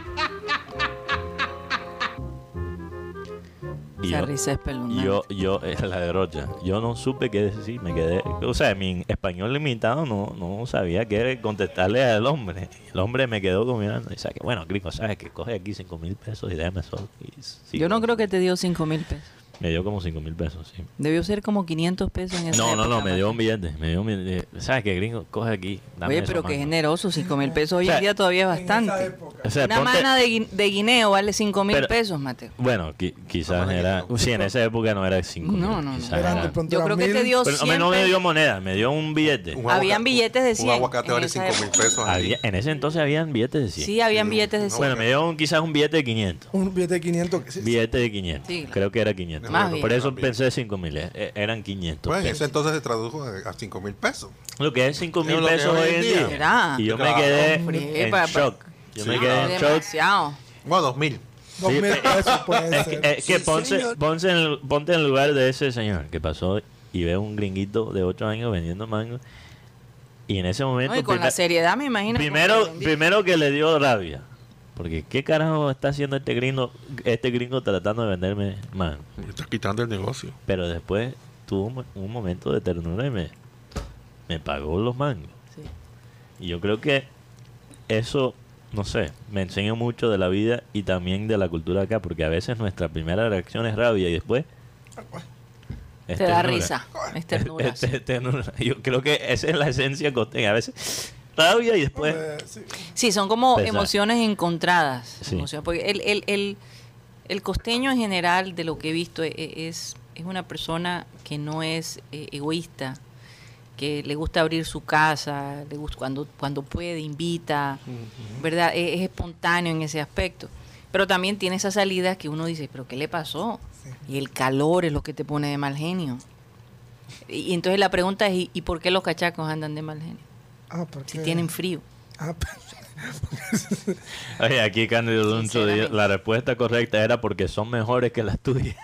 [SPEAKER 3] Y
[SPEAKER 2] Esa
[SPEAKER 3] yo-
[SPEAKER 2] risa es
[SPEAKER 3] yo, yo, eh, la de Rocha, yo no supe qué decir, me quedé, o sea, mi español limitado no, no sabía qué contestarle al hombre. El hombre me quedó como mirando y dice, bueno, Gringo, sabes que coge aquí cinco mil pesos y déjame solo. Y sigo.
[SPEAKER 2] Yo no creo que te dio 5 mil pesos.
[SPEAKER 3] Me dio como cinco mil pesos, sí.
[SPEAKER 2] Debió ser como 500 pesos en ese
[SPEAKER 3] No, no, no, me dio un billete, me dio un billete. ¿Sabes qué, Gringo? Coge aquí, dame
[SPEAKER 2] Oye,
[SPEAKER 3] esos
[SPEAKER 2] pero qué
[SPEAKER 3] mangos".
[SPEAKER 2] generoso, 5 mil pesos hoy
[SPEAKER 3] O sea,
[SPEAKER 2] en día todavía es
[SPEAKER 5] En esa
[SPEAKER 2] bastante.
[SPEAKER 5] época.
[SPEAKER 3] O sea,
[SPEAKER 2] Una
[SPEAKER 3] ponte-
[SPEAKER 2] mana de, gui- de guineo vale 5 mil
[SPEAKER 3] Pero-
[SPEAKER 2] pesos, Mateo.
[SPEAKER 3] Bueno, qui- quizás era, sí, en esa época no era cinco mil,
[SPEAKER 2] No, no, no.
[SPEAKER 3] quizás
[SPEAKER 5] Eran
[SPEAKER 3] era-
[SPEAKER 5] de pronto
[SPEAKER 2] Yo creo que
[SPEAKER 5] mil.
[SPEAKER 2] te dio
[SPEAKER 3] Pero no
[SPEAKER 2] 100
[SPEAKER 3] me- no me dio
[SPEAKER 2] pesos.
[SPEAKER 3] moneda, me dio un billete.
[SPEAKER 4] Un
[SPEAKER 2] Habían
[SPEAKER 4] aguacate-
[SPEAKER 2] billete de 100
[SPEAKER 4] Un aguacate
[SPEAKER 2] en
[SPEAKER 4] vale
[SPEAKER 2] esa
[SPEAKER 4] 5 mil
[SPEAKER 2] época.
[SPEAKER 4] pesos. ahí.
[SPEAKER 3] Había- en ese entonces habían billetes de 100.
[SPEAKER 2] Sí, habían billetes de
[SPEAKER 4] No,
[SPEAKER 2] 100.
[SPEAKER 3] Bueno, me dieron quizás un billete de 500.
[SPEAKER 5] Un billete de 500. que sí,
[SPEAKER 3] Billete de 500.
[SPEAKER 2] Sí, claro.
[SPEAKER 3] Creo que era 500.
[SPEAKER 2] Más bien.
[SPEAKER 3] Por eso pensé 5 mil. Eh, eran 500.
[SPEAKER 4] Bueno, en
[SPEAKER 3] pesos.
[SPEAKER 4] ese entonces se tradujo a 5 mil pesos.
[SPEAKER 3] Lo que es 5
[SPEAKER 4] Es
[SPEAKER 3] mil
[SPEAKER 4] lo que
[SPEAKER 3] pesos hoy en día.
[SPEAKER 2] Será.
[SPEAKER 3] Y yo
[SPEAKER 4] Claro.
[SPEAKER 3] me quedé
[SPEAKER 2] Hombre,
[SPEAKER 3] en
[SPEAKER 2] pa- pa-
[SPEAKER 3] shock. Yo me
[SPEAKER 4] Sí,
[SPEAKER 3] quedé en shock.
[SPEAKER 2] Demasiado.
[SPEAKER 4] Bueno, 2 mil.
[SPEAKER 5] Dos mil
[SPEAKER 3] eh,
[SPEAKER 5] pesos puede
[SPEAKER 3] Es que,
[SPEAKER 5] ser.
[SPEAKER 3] es que ponse, ponse en, el- ponte en el lugar de ese señor que pasó y ve un gringuito de 8 años vendiendo mango. Y en ese momento.
[SPEAKER 2] No, y con la
[SPEAKER 3] primer-
[SPEAKER 2] seriedad me imagino.
[SPEAKER 3] Primero,
[SPEAKER 2] como que-
[SPEAKER 3] primero que le dio rabia. Porque qué carajo está haciendo este gringo, este gringo tratando de venderme mango.
[SPEAKER 4] Me estás quitando el negocio.
[SPEAKER 3] Pero después tuvo un, un momento de ternura y me, me pagó los mangos.
[SPEAKER 2] Sí.
[SPEAKER 3] Y yo creo que eso, no sé, me enseña mucho de la vida y también de la cultura acá, porque a veces nuestra primera reacción es rabia y después... es
[SPEAKER 2] Te da
[SPEAKER 3] ternura.
[SPEAKER 2] risa. Es ternura.
[SPEAKER 3] Es- es ternura. Yo creo que esa es la esencia costeña. A veces rabia y después...
[SPEAKER 5] Eh, sí.
[SPEAKER 2] Sí, son como
[SPEAKER 3] Pesar.
[SPEAKER 2] emociones encontradas.
[SPEAKER 3] Sí.
[SPEAKER 2] Emociones, porque el, el- el- el costeño en general, de lo que he visto, e- e- es, es una persona que no es eh, egoísta, que le gusta abrir su casa, le gusta cuando, cuando puede, invita, ¿verdad? E- Es, espontáneo en ese aspecto. Pero también tiene esas salidas que uno dice, ¿pero qué le pasó? Y el calor es lo que te pone de mal genio. Y, y entonces la pregunta es, ¿y, y por qué los cachacos andan de mal genio?
[SPEAKER 5] Ah, porque,
[SPEAKER 2] Si tienen frío.
[SPEAKER 5] Ah, pero-
[SPEAKER 3] Oye, aquí Cándido Alonso dice,
[SPEAKER 2] Sinceramente.
[SPEAKER 3] la respuesta correcta era porque son mejores que las tuyas.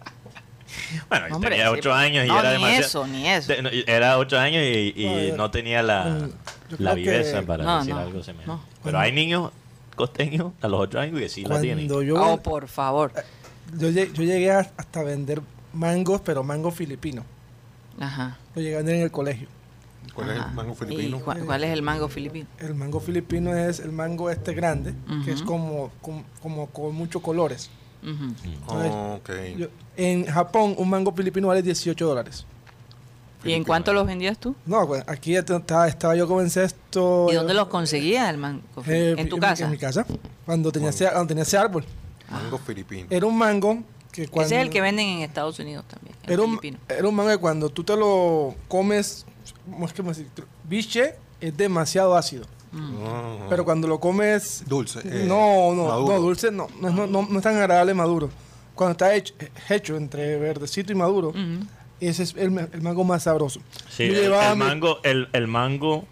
[SPEAKER 3] bueno, yo
[SPEAKER 2] Hombre,
[SPEAKER 3] tenía
[SPEAKER 2] sí,
[SPEAKER 3] 8 años y
[SPEAKER 2] no,
[SPEAKER 3] era
[SPEAKER 2] ni
[SPEAKER 3] demasiado...
[SPEAKER 2] eso, ni eso.
[SPEAKER 3] Te- no, y- Era 8 años y, y
[SPEAKER 5] No,
[SPEAKER 3] no,
[SPEAKER 5] yo-
[SPEAKER 3] tenía la,
[SPEAKER 5] mm, yo
[SPEAKER 3] la
[SPEAKER 5] creo que-
[SPEAKER 3] viveza para
[SPEAKER 2] No,
[SPEAKER 3] decir
[SPEAKER 2] no,
[SPEAKER 3] algo semejante.
[SPEAKER 2] no.
[SPEAKER 3] Pero hay niños costeños a los 8 años que sí la tienen.
[SPEAKER 5] Cuando yo, Eh.
[SPEAKER 2] Oh, por favor.
[SPEAKER 5] yo, lle- yo llegué a- hasta vender mangos, pero mangos filipinos.
[SPEAKER 2] Ajá.
[SPEAKER 5] Lo llegué a vender en el colegio.
[SPEAKER 4] ¿Cuál es
[SPEAKER 2] ajá.
[SPEAKER 4] el mango
[SPEAKER 2] ¿Y
[SPEAKER 4] filipino?
[SPEAKER 2] cua- cuál es el mango filipino?
[SPEAKER 5] El mango filipino es el mango este grande, que es
[SPEAKER 2] Ujú.
[SPEAKER 5] como, com- como, con muchos colores.
[SPEAKER 2] Ujú.
[SPEAKER 4] Oh, ok.
[SPEAKER 5] Yo- en Japón, un mango filipino vale 18
[SPEAKER 2] ¿Y
[SPEAKER 5] dólares.
[SPEAKER 2] en
[SPEAKER 4] Filipino.
[SPEAKER 2] cuánto los vendías tú?
[SPEAKER 5] No, pues, aquí ya te- estaba, estaba yo como en sexto.
[SPEAKER 2] ¿Y dónde los conseguías el mango
[SPEAKER 5] eh,
[SPEAKER 2] filipino? ¿En tu
[SPEAKER 5] mi-
[SPEAKER 2] casa?
[SPEAKER 5] En mi casa, cuando tenía, ese, cuando tenía ese árbol.
[SPEAKER 4] Mango filipino.
[SPEAKER 2] Eh,
[SPEAKER 5] Era un mango que cuando.
[SPEAKER 2] Ese es el que venden en Estados Unidos también. el
[SPEAKER 5] era un,
[SPEAKER 2] filipino.
[SPEAKER 5] era un mango que cuando tú te lo comes, ¿cómo es que me dice? biche, es demasiado ácido.
[SPEAKER 4] Oh.
[SPEAKER 5] Pero cuando lo comes.
[SPEAKER 4] Dulce, eh,
[SPEAKER 5] no, no,
[SPEAKER 4] maduro.
[SPEAKER 5] no, dulce no no, es- no, no- no es tan agradable maduro. Cuando está hecho, hecho entre verdecito y maduro,
[SPEAKER 2] Mm.
[SPEAKER 5] ese es el, ma- el mango más sabroso.
[SPEAKER 3] Sí,
[SPEAKER 5] Yo
[SPEAKER 3] el, el
[SPEAKER 5] llevaba mi-
[SPEAKER 3] mango, el, el mango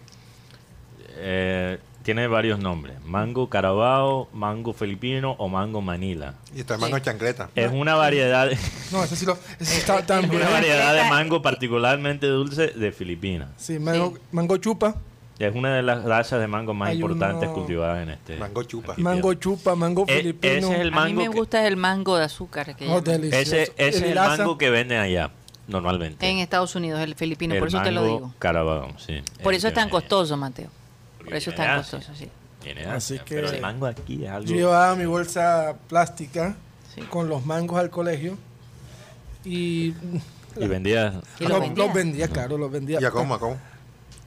[SPEAKER 3] eh, tiene varios nombres. Mango Carabao, mango filipino o mango Manila.
[SPEAKER 4] Y está el mango chancleta.
[SPEAKER 3] Es una variedad...
[SPEAKER 5] No, ese sí lo. Ese está tan
[SPEAKER 3] Una
[SPEAKER 5] bueno.
[SPEAKER 3] variedad de mango particularmente dulce de Filipinas.
[SPEAKER 5] Sí, mango,
[SPEAKER 2] Sí.
[SPEAKER 5] mango chupa,
[SPEAKER 3] Es una de las razas de mango más
[SPEAKER 5] Hay
[SPEAKER 3] importantes
[SPEAKER 5] uno-
[SPEAKER 3] cultivadas en este.
[SPEAKER 4] Mango chupa.
[SPEAKER 3] archipiélago.
[SPEAKER 5] mango chupa, mango
[SPEAKER 3] E-
[SPEAKER 5] filipino.
[SPEAKER 3] ese es el
[SPEAKER 2] A mí
[SPEAKER 3] mango.
[SPEAKER 2] me
[SPEAKER 3] que-
[SPEAKER 2] gusta el mango de azúcar. Que
[SPEAKER 5] Oh,
[SPEAKER 2] llaman.
[SPEAKER 5] delicioso.
[SPEAKER 3] ese ese es el
[SPEAKER 5] lasa.
[SPEAKER 3] mango que venden allá, normalmente.
[SPEAKER 2] en Estados Unidos, el filipino,
[SPEAKER 3] El
[SPEAKER 2] por eso te lo
[SPEAKER 3] mango
[SPEAKER 2] digo.
[SPEAKER 3] Carabao, sí.
[SPEAKER 2] Por
[SPEAKER 3] El
[SPEAKER 2] eso es tan
[SPEAKER 3] que venden allá.
[SPEAKER 2] costoso, Mateo. Por eso es tan
[SPEAKER 3] Tiene
[SPEAKER 2] costoso,
[SPEAKER 3] Asia.
[SPEAKER 2] sí.
[SPEAKER 3] Tiene
[SPEAKER 5] Así
[SPEAKER 3] Asia,
[SPEAKER 5] que-
[SPEAKER 3] Pero el mango aquí es algo.
[SPEAKER 5] Yo llevaba mi bolsa plástica
[SPEAKER 2] Sí.
[SPEAKER 5] con los mangos al colegio y
[SPEAKER 3] Y vendía.
[SPEAKER 2] Y
[SPEAKER 5] los,
[SPEAKER 2] los vendía.
[SPEAKER 5] los vendía, claro, los vendía.
[SPEAKER 4] ¿Y a cómo? a cómo?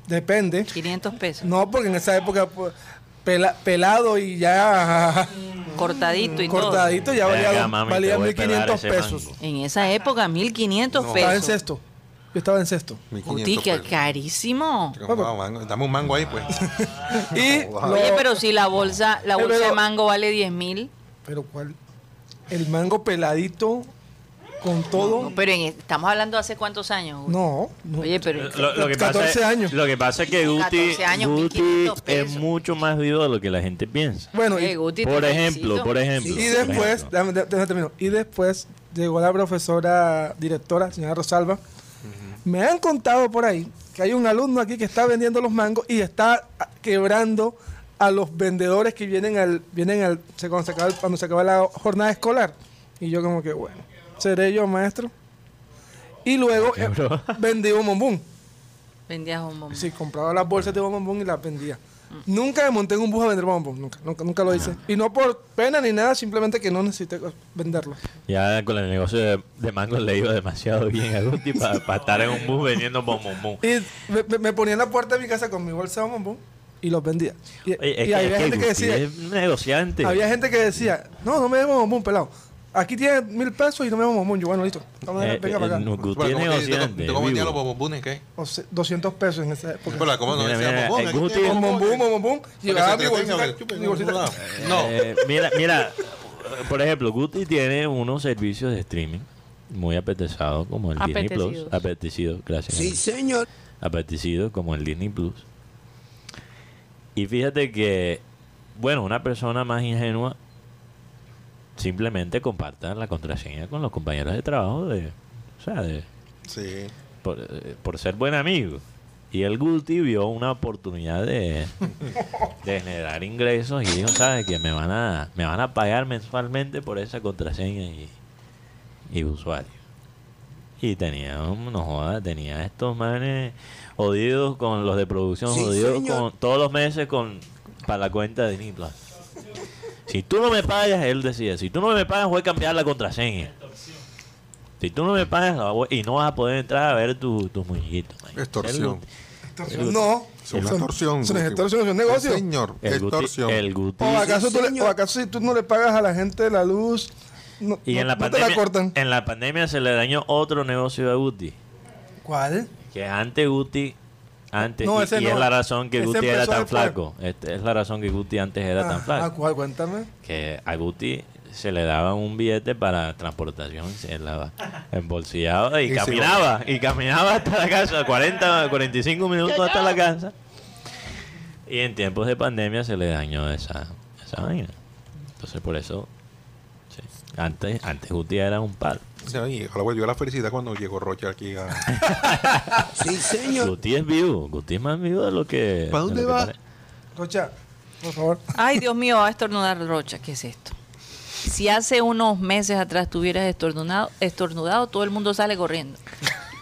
[SPEAKER 5] Depende.
[SPEAKER 2] 500 pesos.
[SPEAKER 5] No, porque en esa época pues, pela- pelado y ya
[SPEAKER 2] Cortadito y
[SPEAKER 5] cortadito ya
[SPEAKER 3] Ven
[SPEAKER 5] valía,
[SPEAKER 3] acá, mami,
[SPEAKER 5] valía
[SPEAKER 3] te voy a pelar
[SPEAKER 5] 1.500
[SPEAKER 3] ese
[SPEAKER 5] pesos.
[SPEAKER 3] mango.
[SPEAKER 2] todo. En esa época, 1500
[SPEAKER 5] Estaba en
[SPEAKER 2] pesos.
[SPEAKER 5] sexto. Yo estaba en sexto.
[SPEAKER 4] 1500
[SPEAKER 2] Utica,
[SPEAKER 4] pesos.
[SPEAKER 2] carísimo.
[SPEAKER 4] Te compraba mango. Dame un mango ahí, pues.
[SPEAKER 5] Y
[SPEAKER 4] Wow.
[SPEAKER 5] lo-
[SPEAKER 2] Oye, pero si la bolsa, la
[SPEAKER 5] Pero-
[SPEAKER 2] bolsa de mango vale 10 mil.
[SPEAKER 5] Pero cuál? El mango peladito con todo.
[SPEAKER 2] Pero en- estamos hablando hace cuántos años. Guti?
[SPEAKER 5] No. no.
[SPEAKER 2] Oye, pero
[SPEAKER 3] Lo, lo que pasa
[SPEAKER 5] 14
[SPEAKER 3] es,
[SPEAKER 5] años.
[SPEAKER 3] Lo que pasa es que Guti,
[SPEAKER 2] 14 años,
[SPEAKER 3] Guti
[SPEAKER 2] 1500
[SPEAKER 3] es
[SPEAKER 2] pesos.
[SPEAKER 3] mucho más vivo de lo que la gente piensa.
[SPEAKER 5] Bueno,
[SPEAKER 2] Oye,
[SPEAKER 5] y,
[SPEAKER 2] eh, Guti, te
[SPEAKER 3] Por ejemplo,
[SPEAKER 2] felicito.
[SPEAKER 3] por ejemplo.
[SPEAKER 5] y
[SPEAKER 3] por
[SPEAKER 5] después,
[SPEAKER 3] ejemplo.
[SPEAKER 5] déjame- déjame terminar. Y después llegó la profesora directora, señora Rosalba. Me han contado por ahí que hay un alumno aquí que está vendiendo los mangos y está ah, quebrando a los vendedores que vienen al vienen al se- cuando se acaba, el- cuando se acaba la jornada escolar. Y yo como que bueno, seré yo maestro. Y luego eh, vendí un bombón.
[SPEAKER 2] Vendías un bombón.
[SPEAKER 5] Sí, compraba las bolsas de bombón y las vendía. Nunca me monté en un bus a vender bombón, nunca, nunca, nunca lo hice. Y no por pena ni nada, simplemente que no necesité co- venderlo.
[SPEAKER 3] Ya con el negocio de, de mango le iba demasiado bien a Guti para estar en un bus vendiendo bombombo.
[SPEAKER 5] Y me, me- me ponía en la puerta de mi casa con mi bolsa de bombón y los vendía. Y,
[SPEAKER 3] Oye, es
[SPEAKER 5] y
[SPEAKER 3] que- es
[SPEAKER 5] había gente que
[SPEAKER 3] Guti
[SPEAKER 5] decía,
[SPEAKER 3] es un negociante.
[SPEAKER 5] había gente que decía, no, no me demos bombón, pelado. Aquí tienes mil pesos y no me demos bombón. Yo, bueno, listo. Vamos a
[SPEAKER 3] Eh,
[SPEAKER 5] ver, venga
[SPEAKER 3] eh,
[SPEAKER 5] para acá.
[SPEAKER 3] no, Guti
[SPEAKER 4] Bueno,
[SPEAKER 3] es
[SPEAKER 4] ¿cómo que-
[SPEAKER 3] negociante.
[SPEAKER 4] ¿Tú cómo vendías los
[SPEAKER 3] vivo.
[SPEAKER 4] bombones, qué?
[SPEAKER 5] O sea, 200 pesos en esa época.
[SPEAKER 4] Hola, ¿cómo no
[SPEAKER 3] Mira,
[SPEAKER 4] decías
[SPEAKER 3] mira, eh,
[SPEAKER 4] bombón?
[SPEAKER 3] el
[SPEAKER 4] Aquí
[SPEAKER 3] Guti-
[SPEAKER 4] tienes
[SPEAKER 5] Con bombón,
[SPEAKER 4] bombones.
[SPEAKER 5] bombón,
[SPEAKER 4] Para que
[SPEAKER 5] llevaba mi
[SPEAKER 4] se entretenga,
[SPEAKER 5] bolsita.
[SPEAKER 4] chupen,
[SPEAKER 5] mi bolsita.
[SPEAKER 4] chupen, No.
[SPEAKER 3] Eh, mira, mira, por ejemplo, Guti tiene unos servicios de streaming muy apetecidos como el Disney
[SPEAKER 2] Apetecidos.
[SPEAKER 3] Plus. Apetecido, gracias.
[SPEAKER 6] Sí, señor.
[SPEAKER 3] Apetecido como el Disney Plus. Y fíjate que, bueno, una persona más ingenua simplemente comparta la contraseña con los compañeros de trabajo de, o sea, de,
[SPEAKER 4] Sí.
[SPEAKER 3] por, eh, por ser buen amigo. Y el Guti vio una oportunidad de, de generar ingresos y dijo, ¿sabes que Me van a, me van a pagar mensualmente por esa contraseña y, y usuario. Y tenía, un- no joda, tenía estos manes jodidos con los de producción,
[SPEAKER 6] Sí,
[SPEAKER 3] jodidos
[SPEAKER 6] señor.
[SPEAKER 3] con todos los meses con para la cuenta de Disney Plus. Si tú no me pagas, él decía, si tú no me pagas voy a cambiar la contraseña. Si tú no me pagas la voy- y no vas a poder entrar a ver tu- tus muñequitos. man.
[SPEAKER 4] Extorsión.
[SPEAKER 5] No.
[SPEAKER 4] Es una extorsión.
[SPEAKER 5] Son
[SPEAKER 4] Guti.
[SPEAKER 5] extorsión, son negocio.
[SPEAKER 4] Sí, señor.
[SPEAKER 3] El Guti,
[SPEAKER 4] Extorsión.
[SPEAKER 3] el Guti-
[SPEAKER 5] ¿O acaso,
[SPEAKER 6] Sí,
[SPEAKER 5] tú le-
[SPEAKER 6] señor.
[SPEAKER 5] o acaso si tú no le pagas a la gente de la luz, no,
[SPEAKER 3] y
[SPEAKER 5] no-
[SPEAKER 3] en la
[SPEAKER 5] no
[SPEAKER 3] pandemia
[SPEAKER 5] te la cortan?
[SPEAKER 3] en la pandemia se le dañó otro negocio a Guti,
[SPEAKER 5] ¿Cuál?
[SPEAKER 3] que antes Guti antes
[SPEAKER 5] No,
[SPEAKER 3] y,
[SPEAKER 5] ese
[SPEAKER 3] y
[SPEAKER 5] no.
[SPEAKER 3] es la razón que
[SPEAKER 5] Ese
[SPEAKER 3] Guti era
[SPEAKER 5] empezó
[SPEAKER 3] tan
[SPEAKER 5] después.
[SPEAKER 3] flaco. Este, es la razón que Guti antes era tan
[SPEAKER 5] Ah,
[SPEAKER 3] flaco.
[SPEAKER 5] ¿cuál? Cuéntame.
[SPEAKER 3] que a Guti se le daba un billete para transportación y se la embolsillaba y,
[SPEAKER 4] Y se
[SPEAKER 3] caminaba y caminaba hasta la casa 40 45 minutos hasta la casa y en tiempos de pandemia se le dañó esa esa vaina entonces por eso sí. antes antes Guti era un par
[SPEAKER 4] Sí, y ahora volvió la felicidad cuando llegó Rocha aquí a...
[SPEAKER 6] Sí, señor.
[SPEAKER 3] Guti es vivo Guti es más vivo de lo que
[SPEAKER 4] ¿Pa'
[SPEAKER 3] de
[SPEAKER 4] dónde
[SPEAKER 3] lo que
[SPEAKER 4] va?
[SPEAKER 3] parece.
[SPEAKER 5] Rocha, por favor.
[SPEAKER 2] Ay, Dios mío, va a estornudar Rocha. ¿Qué es esto? Si hace unos meses atrás tuvieras estornudado, estornudado todo el mundo sale corriendo.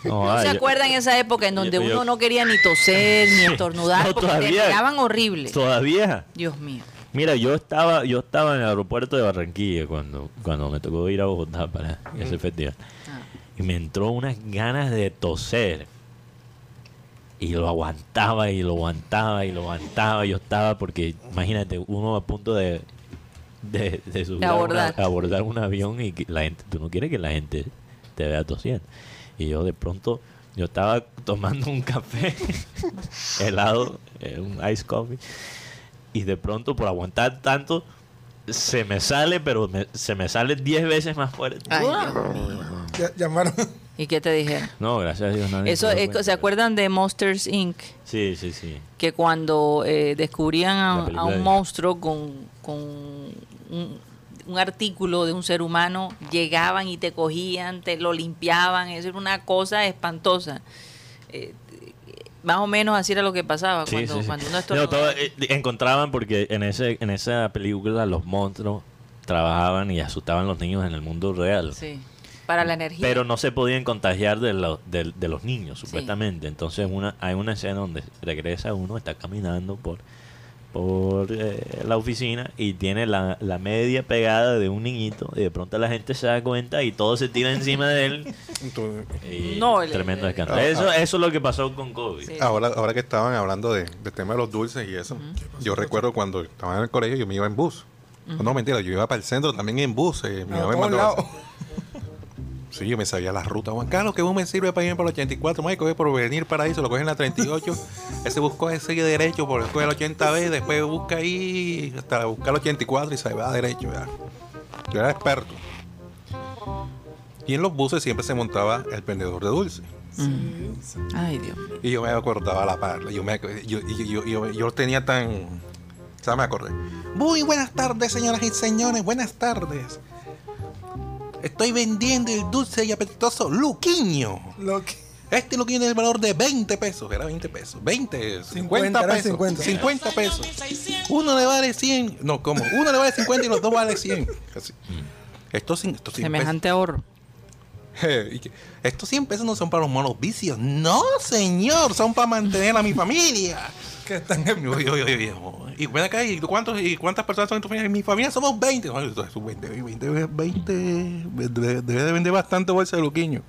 [SPEAKER 3] No,
[SPEAKER 2] ¿No
[SPEAKER 3] ay, eh,
[SPEAKER 2] se
[SPEAKER 3] yo-
[SPEAKER 2] acuerdan esa época en donde
[SPEAKER 3] yo- yo-
[SPEAKER 2] uno no quería ni toser ni estornudar
[SPEAKER 3] No,
[SPEAKER 2] porque
[SPEAKER 3] todavía.
[SPEAKER 2] terminaban horrible?
[SPEAKER 3] todavía
[SPEAKER 2] Dios mío.
[SPEAKER 3] Mira, yo estaba, yo estaba en el aeropuerto de Barranquilla cuando, cuando me tocó ir a Bogotá para ese festival.
[SPEAKER 2] Ah.
[SPEAKER 3] Y me entró unas ganas de toser. Y lo aguantaba y lo aguantaba y lo aguantaba. Yo estaba porque, imagínate, uno a punto de, de, de subir a una-
[SPEAKER 2] abordar.
[SPEAKER 3] a abordar un avión y que la gente, tú no quieres que la gente te vea tosiendo. Y yo de pronto, yo estaba tomando un café helado, eh, un ice coffee y de pronto por aguantar tanto se me sale, pero me- se me sale 10 veces más fuerte.
[SPEAKER 2] Ay, Dios mío.
[SPEAKER 3] Ah.
[SPEAKER 5] Ya- llamaron.
[SPEAKER 2] ¿Y qué te dijeron?
[SPEAKER 3] No, gracias a Dios nadie
[SPEAKER 2] Eso
[SPEAKER 3] se dio
[SPEAKER 2] es-
[SPEAKER 3] cuenta.
[SPEAKER 2] ¿Se acuerdan de Monsters Inc.?
[SPEAKER 3] Sí, sí, sí.
[SPEAKER 2] que cuando eh, descubrían
[SPEAKER 3] La
[SPEAKER 2] a,
[SPEAKER 3] película
[SPEAKER 2] a
[SPEAKER 3] de-
[SPEAKER 2] un monstruo con, con un, un artículo de un ser humano, llegaban y te cogían, te lo limpiaban, eso era una cosa espantosa. Eh, más o menos así era lo que pasaba
[SPEAKER 3] Sí,
[SPEAKER 2] cuando,
[SPEAKER 3] sí, sí.
[SPEAKER 2] cuando uno
[SPEAKER 3] No, todo,
[SPEAKER 2] estornudaba.
[SPEAKER 3] eh, encontraban porque en ese en esa película los monstruos trabajaban y asustaban a los niños en el mundo real.
[SPEAKER 2] Sí, para la energía.
[SPEAKER 3] Pero no se podían contagiar de, lo- de- de los niños, supuestamente. Entonces una, hay una escena donde regresa uno, está caminando por por eh, la oficina y tiene la, la media pegada de un niñito y de pronto la gente se da cuenta y todo se tira encima de él.
[SPEAKER 4] Entonces, Ah,
[SPEAKER 3] Y
[SPEAKER 2] No, el-
[SPEAKER 3] tremendo
[SPEAKER 2] el-
[SPEAKER 3] escándalo. Eso, eso es lo que pasó con COVID.
[SPEAKER 2] Sí.
[SPEAKER 4] ahora, ahora que estaban hablando de- del tema de los dulces y eso, yo recuerdo cuando estaba en el colegio, yo me iba en bus. No, mentira, yo iba para el centro también en bus. eh, mi mamá me
[SPEAKER 5] A todos
[SPEAKER 4] mandaba-
[SPEAKER 5] lados.
[SPEAKER 4] Sí, yo me sabía la ruta. Juan Carlos, que bus me sirve para ir por el 84? Mike, coge por venir para ahí, se lo cogen en la 38. Ese bus coge sigue derecho, por coge la 80 veces, después busca ahí hasta buscar la 84 y se va derecho ya. Yo era experto. Y en los buses siempre se montaba el vendedor de dulces.
[SPEAKER 2] Mm. Ay, Dios mío.
[SPEAKER 4] Y yo me acordaba la parla. Yo, me, ac- yo, yo, yo, yo- yo tenía tan. O sea, me acordé. Muy buenas tardes, señoras y señores. Buenas tardes. Estoy vendiendo el dulce y apetitoso Luquiño.
[SPEAKER 5] Lo que-
[SPEAKER 4] Este Luquiño tiene el valor de 20 pesos. Era 20 pesos. 20, 50,
[SPEAKER 5] 50, era
[SPEAKER 4] pesos. 50.
[SPEAKER 5] 50.
[SPEAKER 4] pesos. Uno le vale 100. No, ¿cómo? Uno le vale 50 y los dos vale 100. Así. Estos, cin- estos 100 pesos-
[SPEAKER 3] pues.
[SPEAKER 2] Semejante ahorro.
[SPEAKER 4] y que, Estos 100 pesos no son para los monos vicios. No, señor, son para mantener a mi familia.
[SPEAKER 5] que están
[SPEAKER 4] Y yo, yo, yo, yo, Y ven acá, ¿y, tú cuántos, ¿y cuántas personas son en tu familia? En mi familia somos 20. No, entonces, 20, 20, 20, debe debe de vender bastante bolsa de luquiño.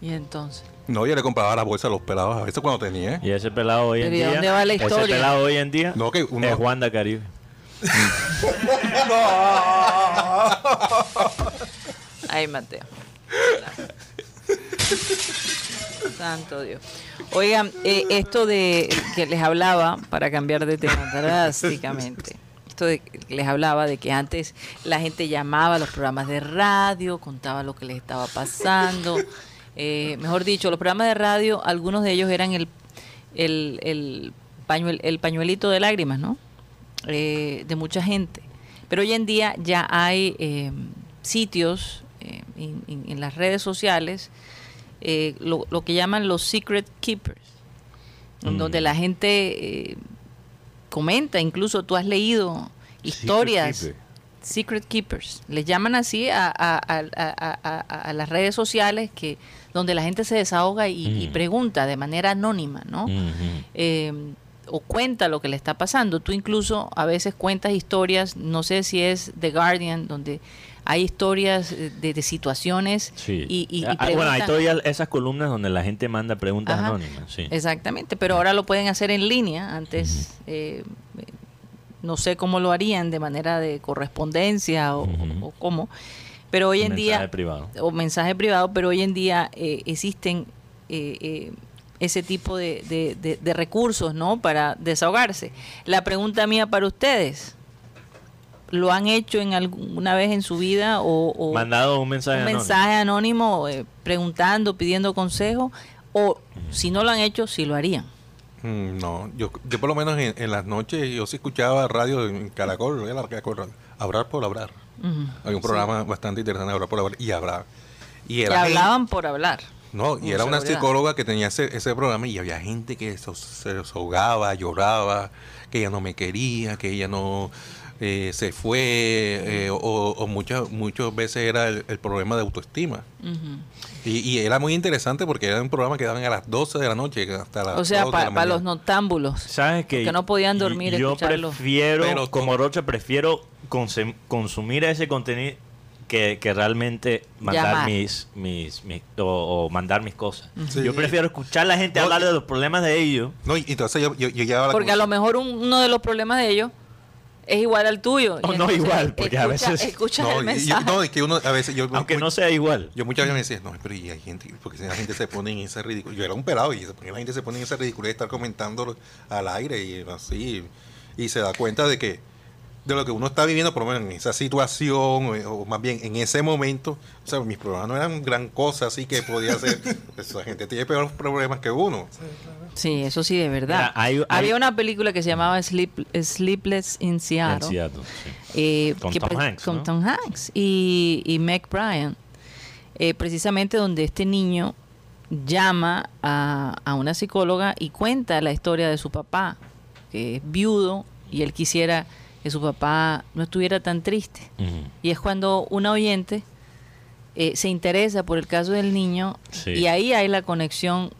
[SPEAKER 2] Y entonces.
[SPEAKER 4] No, yo le compraba la bolsa a los pelados a veces cuando tenía.
[SPEAKER 3] Y ese pelado hoy en
[SPEAKER 2] Pero ¿y
[SPEAKER 3] día.
[SPEAKER 2] dónde va la
[SPEAKER 3] Ese
[SPEAKER 2] historia?
[SPEAKER 3] pelado hoy en día
[SPEAKER 4] No, que uno-
[SPEAKER 3] es Juan Caribe.
[SPEAKER 2] Ay, Mateo. Santo Dios. Oigan, eh, esto de que les hablaba, para cambiar de tema drásticamente, esto de que les hablaba de que antes la gente llamaba a los programas de radio, contaba lo que les estaba pasando. Eh, mejor dicho, los programas de radio, algunos de ellos eran el, el, el pañuel- el pañuelito de lágrimas, ¿no? eh, de mucha gente. Pero hoy en día ya hay eh, sitios eh, en, en- en las redes sociales, eh, lo, lo que llaman los secret keepers, en
[SPEAKER 3] Mm.
[SPEAKER 2] donde la gente eh, comenta, incluso tú has leído historias.
[SPEAKER 3] Secret keeper.
[SPEAKER 2] Secret Keepers. Les llaman así a, a- a- a- a- a- a las redes sociales que donde la gente se desahoga y, y
[SPEAKER 3] Mm.
[SPEAKER 2] pregunta de manera anónima, ¿no?
[SPEAKER 3] Ujú.
[SPEAKER 2] eh, o cuenta lo que le está pasando. Tú incluso a veces cuentas historias, no sé si es The Guardian, donde hay historias eh, de, de situaciones
[SPEAKER 3] Sí.
[SPEAKER 2] y, y- y
[SPEAKER 3] Ah, bueno, hay
[SPEAKER 2] preguntan-
[SPEAKER 3] todavía esas columnas donde la gente manda preguntas
[SPEAKER 2] Ajá.
[SPEAKER 3] anónimas. Sí.
[SPEAKER 2] Exactamente, pero ahora lo pueden hacer en línea. Antes eh, eh, no sé cómo lo harían de manera de correspondencia o,
[SPEAKER 3] Ujú.
[SPEAKER 2] o cómo, pero hoy en
[SPEAKER 3] Mensaje
[SPEAKER 2] día
[SPEAKER 3] privado.
[SPEAKER 2] o mensaje privado, pero hoy en día eh, existen eh, eh, ese tipo de, de- de- de recursos, ¿no? Para desahogarse. La pregunta mía para ustedes, ¿lo han hecho en alguna vez en su vida o, o
[SPEAKER 3] Mandado un mensaje
[SPEAKER 2] un
[SPEAKER 3] anónimo.
[SPEAKER 2] mensaje anónimo eh, preguntando, pidiendo consejo? O si no lo han hecho, si lo harían.
[SPEAKER 4] Mm, No, yo, yo por lo menos en, en las noches yo sí escuchaba radio en Caracol, era la Caracol Radio, Hablar por hablar.
[SPEAKER 2] Ujú.
[SPEAKER 4] Había un programa bastante interesante, Hablar por hablar, y hablaba. Y
[SPEAKER 2] Que
[SPEAKER 4] era gente-
[SPEAKER 2] hablaban por hablar.
[SPEAKER 4] No, y
[SPEAKER 2] Con
[SPEAKER 4] era una
[SPEAKER 2] seguridad.
[SPEAKER 4] psicóloga que tenía ese, ese programa y había gente que so- se ahogaba, lloraba, que ella no me quería, que ella no eh, se fue, eh, o, o muchas, muchas veces era el, el problema de autoestima.
[SPEAKER 2] Ujú.
[SPEAKER 4] Y, y era muy interesante porque era un programa que daban a las 12 de la noche hasta las
[SPEAKER 2] O sea,
[SPEAKER 4] dos de
[SPEAKER 2] para
[SPEAKER 4] la
[SPEAKER 2] los
[SPEAKER 4] mañana.
[SPEAKER 2] noctámbulos.
[SPEAKER 3] ¿Sabes que
[SPEAKER 2] Porque no podían dormir
[SPEAKER 3] Yo
[SPEAKER 2] escucharlo.
[SPEAKER 3] prefiero,
[SPEAKER 4] Pero
[SPEAKER 3] como Rocha, prefiero consum- consumir ese contenido que, que realmente mandar
[SPEAKER 2] Llamar.
[SPEAKER 3] mis, mis, mis- o, o mandar mis cosas.
[SPEAKER 4] Sí.
[SPEAKER 3] Yo prefiero escuchar a la gente
[SPEAKER 4] No,
[SPEAKER 3] hablar
[SPEAKER 4] y-
[SPEAKER 3] de los problemas de ellos.
[SPEAKER 4] No, y entonces yo, yo, yo llevaba la
[SPEAKER 2] Porque a lo
[SPEAKER 4] conclusión-
[SPEAKER 2] mejor un- uno de los problemas de ellos es igual al tuyo.
[SPEAKER 3] O
[SPEAKER 2] Y
[SPEAKER 3] no
[SPEAKER 2] entonces
[SPEAKER 3] igual, porque a
[SPEAKER 2] escucha-
[SPEAKER 3] veces-
[SPEAKER 2] Escucha
[SPEAKER 4] No,
[SPEAKER 2] el
[SPEAKER 4] y- y-
[SPEAKER 2] mensaje.
[SPEAKER 4] no, es que uno a veces yo
[SPEAKER 3] Aunque
[SPEAKER 4] yo-
[SPEAKER 3] no sea igual.
[SPEAKER 4] Yo muchas veces me decía, no, pero y hay gente, porque si la gente se pone en ese ridículo. Yo era un pelado y se ponía- la gente se pone en ese ridículo de estar comentándolo al aire y así. Y se da cuenta de que de lo que uno está viviendo, por lo menos en esa situación, eh, o, más bien en ese momento, o sea, mis problemas no eran gran cosa, así que podía ser. esa gente tiene peores problemas que uno.
[SPEAKER 2] Sí, eso sí, de verdad.
[SPEAKER 3] Mira, hay- hay-
[SPEAKER 2] Había una película que se llamaba Sleep- Sleepless in Seattle.
[SPEAKER 3] En Seattle, sí.
[SPEAKER 2] eh,
[SPEAKER 3] Con
[SPEAKER 2] que
[SPEAKER 3] Tom
[SPEAKER 2] pre-
[SPEAKER 3] Hanks,
[SPEAKER 2] con
[SPEAKER 3] ¿no?
[SPEAKER 2] Tom Hanks y, y Meg Bryan. eh, precisamente donde este niño llama a, a una psicóloga y cuenta la historia de su papá, que es viudo y él quisiera que su papá no estuviera tan triste.
[SPEAKER 3] Ujú.
[SPEAKER 2] Y es cuando una oyente eh, se interesa por el caso del niño
[SPEAKER 3] Sí.
[SPEAKER 2] y ahí hay la conexión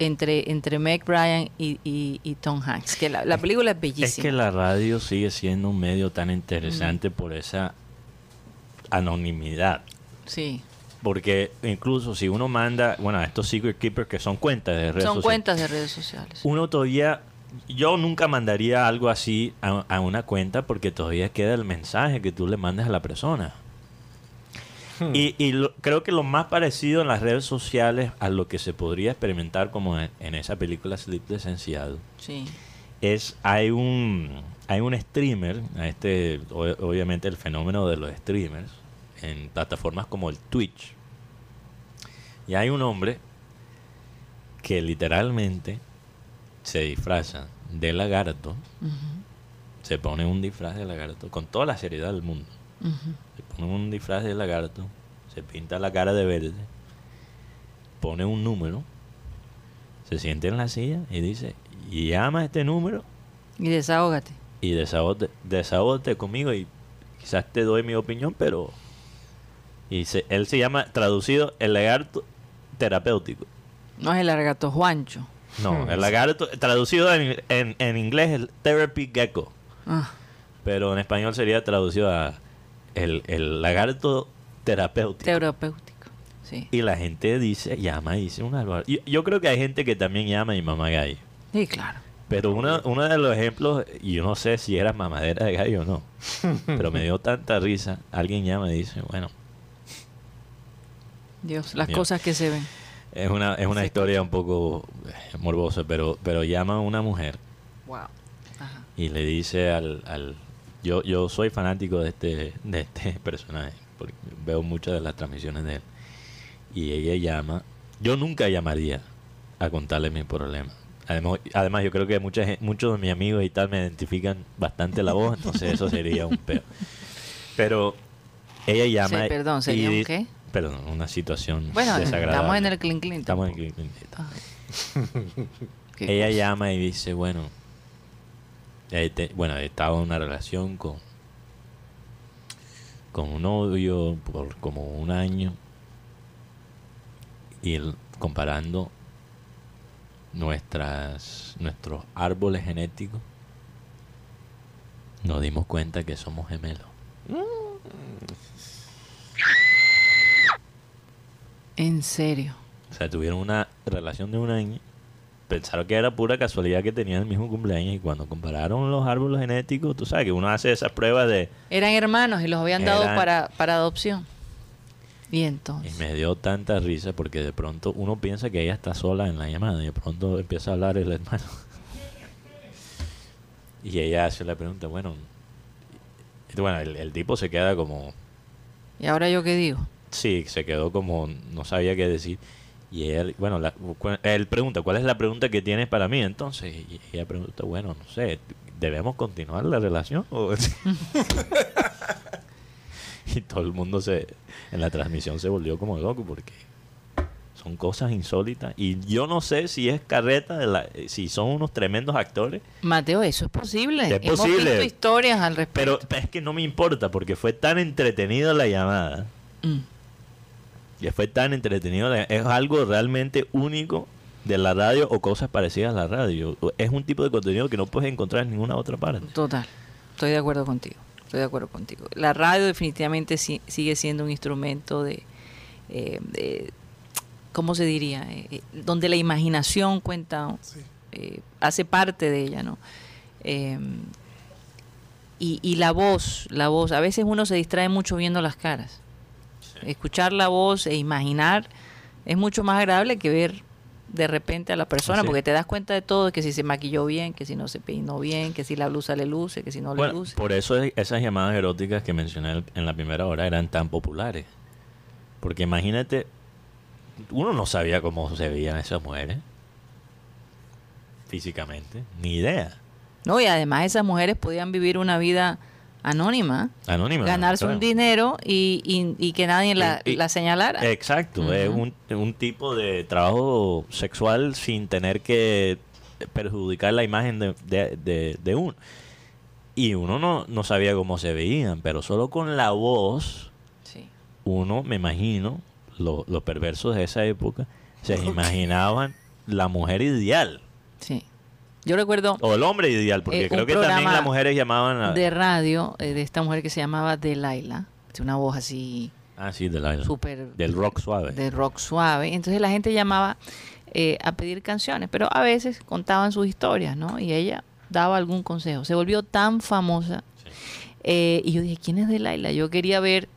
[SPEAKER 2] entre, entre Meg Bryan y, y- y Tom Hanks. Que la, la película es bellísima.
[SPEAKER 3] Es que la radio sigue siendo un medio tan interesante por esa anonimidad.
[SPEAKER 2] Sí.
[SPEAKER 3] Porque incluso si uno manda, bueno, a estos Secret Keepers que son cuentas de redes
[SPEAKER 2] Son
[SPEAKER 3] sociales,
[SPEAKER 2] cuentas de redes sociales.
[SPEAKER 3] uno todavía, yo nunca mandaría algo así a, a una cuenta porque todavía queda el mensaje que tú le mandas a la persona. Y, y lo- creo que lo más parecido en las redes sociales a lo que se podría experimentar como en, en esa película Sleepless en Seattle
[SPEAKER 2] Sí.
[SPEAKER 3] es hay un hay un streamer a este o- obviamente el fenómeno de los streamers en plataformas como el Twitch y hay un hombre que literalmente se disfraza de lagarto se pone un disfraz de lagarto con toda la seriedad del mundo se pone un disfraz de lagarto se pinta la cara de verde pone un número se siente en la silla y dice llama a este número
[SPEAKER 2] Y desahógate.
[SPEAKER 3] y desahógate, desahógate conmigo y quizás te doy mi opinión, pero... Y se- él se llama, traducido, el lagarto terapéutico.
[SPEAKER 2] No es el largato Juancho.
[SPEAKER 3] No, el lagarto, traducido en, en- en inglés, el therapy gecko.
[SPEAKER 2] Ah,
[SPEAKER 3] Pero en español sería traducido a el, el lagarto terapéutico.
[SPEAKER 2] terapéutico. Sí.
[SPEAKER 3] y la gente dice, llama y dice un albar. Yo, yo creo que hay gente que también llama y mamá gallo.
[SPEAKER 2] Sí, claro.
[SPEAKER 3] Pero uno, uno de los ejemplos, y yo no sé si era mamadera de gallo o no, pero me dio tanta risa. Alguien ya me dice, bueno,
[SPEAKER 2] Dios, las
[SPEAKER 3] Mira.
[SPEAKER 2] cosas que se ven.
[SPEAKER 3] es una, es una
[SPEAKER 2] Sí.
[SPEAKER 3] historia un poco eh, morbosa, pero, pero llama a una mujer
[SPEAKER 2] Wow. Ajá.
[SPEAKER 3] y le dice al... al yo, yo soy fanático de este, de este personaje, porque veo muchas de las transmisiones de él. Y ella llama, yo nunca llamaría a contarle mis problemas. Además, además yo creo que mucha, gen- muchos de mis amigos y tal me identifican bastante la voz, entonces eso sería un peo. Pero ella llama...
[SPEAKER 2] Sí, perdón, ¿sería
[SPEAKER 3] y
[SPEAKER 2] un
[SPEAKER 3] di-
[SPEAKER 2] qué?
[SPEAKER 3] Perdón, una situación
[SPEAKER 2] Bueno,
[SPEAKER 3] desagradable.
[SPEAKER 2] estamos en el clean clean. Ah,
[SPEAKER 3] Estamos en el clean clean. Ella llama y dice, bueno, eh, te- bueno, estaba en una relación con, con un novio por como un año y el- comparando nuestras nuestros árboles genéticos nos dimos cuenta que somos gemelos.
[SPEAKER 2] En serio.
[SPEAKER 3] O sea, tuvieron una relación de un año. Pensaron que era pura casualidad que tenían el mismo cumpleaños y cuando compararon los árboles genéticos, tú sabes que uno hace esas pruebas de...
[SPEAKER 2] Eran hermanos y los habían dado
[SPEAKER 3] Eran-
[SPEAKER 2] para, para adopción. Y
[SPEAKER 3] Y
[SPEAKER 2] entonces.
[SPEAKER 3] me dio tanta risa porque de pronto uno piensa que ella está sola en la llamada y de pronto empieza a hablar el hermano. Y ella hace la pregunta, bueno, y- bueno el, el tipo se queda como,
[SPEAKER 2] ¿Y ahora yo qué digo?
[SPEAKER 3] sí, se quedó como, no sabía qué decir. Y ella, bueno, la- cu- él pregunta, ¿cuál es la pregunta que tienes para mí entonces? Y ella pregunta, bueno, no sé, ¿debemos continuar la relación? o-" y todo el mundo se, en la transmisión se volvió como loco porque son cosas insólitas. Y yo no sé si es carreta, de la, si son unos tremendos actores,
[SPEAKER 2] Mateo, eso es posible.
[SPEAKER 3] Es
[SPEAKER 2] Hemos
[SPEAKER 3] posible.
[SPEAKER 2] visto historias al
[SPEAKER 3] pero
[SPEAKER 2] respecto.
[SPEAKER 3] es que no me importa porque fue tan entretenida la llamada.
[SPEAKER 2] Mm.
[SPEAKER 3] Ya fue tan entretenido. la- Es algo realmente único de la radio o cosas parecidas a la radio. Es un tipo de contenido que no puedes encontrar en ninguna otra parte.
[SPEAKER 2] Total, estoy de acuerdo contigo, estoy de acuerdo contigo. La radio definitivamente si- sigue siendo un instrumento de, eh, de- ¿cómo se diría? Eh, eh, donde la imaginación cuenta, eh, hace parte de ella, ¿no? Eh, y, y la voz, la voz, a veces uno se distrae mucho viendo las caras. Escuchar la voz e imaginar es mucho más agradable que ver de repente a la persona,
[SPEAKER 3] Así es.
[SPEAKER 2] porque te das cuenta de todo, que si se maquilló bien, que si no se peinó bien, que si la blusa le luce, que si no le
[SPEAKER 3] Bueno,
[SPEAKER 2] luce.
[SPEAKER 3] por eso es- esas llamadas eróticas que mencioné al- en la primera hora eran tan populares. Porque imagínate, uno no sabía cómo se veían esas mujeres físicamente, ni idea.
[SPEAKER 2] No, y además esas mujeres podían vivir una vida anónima,
[SPEAKER 3] Anónima.
[SPEAKER 2] ganarse un
[SPEAKER 3] claro.
[SPEAKER 2] dinero y, y- y que nadie la,
[SPEAKER 3] Y- y-
[SPEAKER 2] la señalara.
[SPEAKER 3] Exacto, es
[SPEAKER 2] Ujú.
[SPEAKER 3] un, un tipo de trabajo sexual sin tener que perjudicar la imagen de, de- de- de uno. Y uno no, no sabía cómo se veían, pero solo con la voz,
[SPEAKER 2] Sí.
[SPEAKER 3] uno, me imagino, lo- los perversos de esa época, se imaginaban la mujer ideal.
[SPEAKER 2] Sí. Yo recuerdo
[SPEAKER 3] O el hombre ideal, porque
[SPEAKER 2] eh,
[SPEAKER 3] creo
[SPEAKER 2] un
[SPEAKER 3] que también
[SPEAKER 2] programa
[SPEAKER 3] las mujeres llamaban a...
[SPEAKER 2] de radio eh, de esta mujer que se llamaba Delilah, de una voz así
[SPEAKER 3] Ah, sí, de la-
[SPEAKER 2] súper
[SPEAKER 3] del rock suave.
[SPEAKER 2] de rock suave. Entonces la gente llamaba eh, a pedir canciones, pero a veces contaban sus historias, ¿no? Y ella daba algún consejo. Se volvió tan famosa. Eh, y yo dije, ¿quién es Delilah? Yo quería ver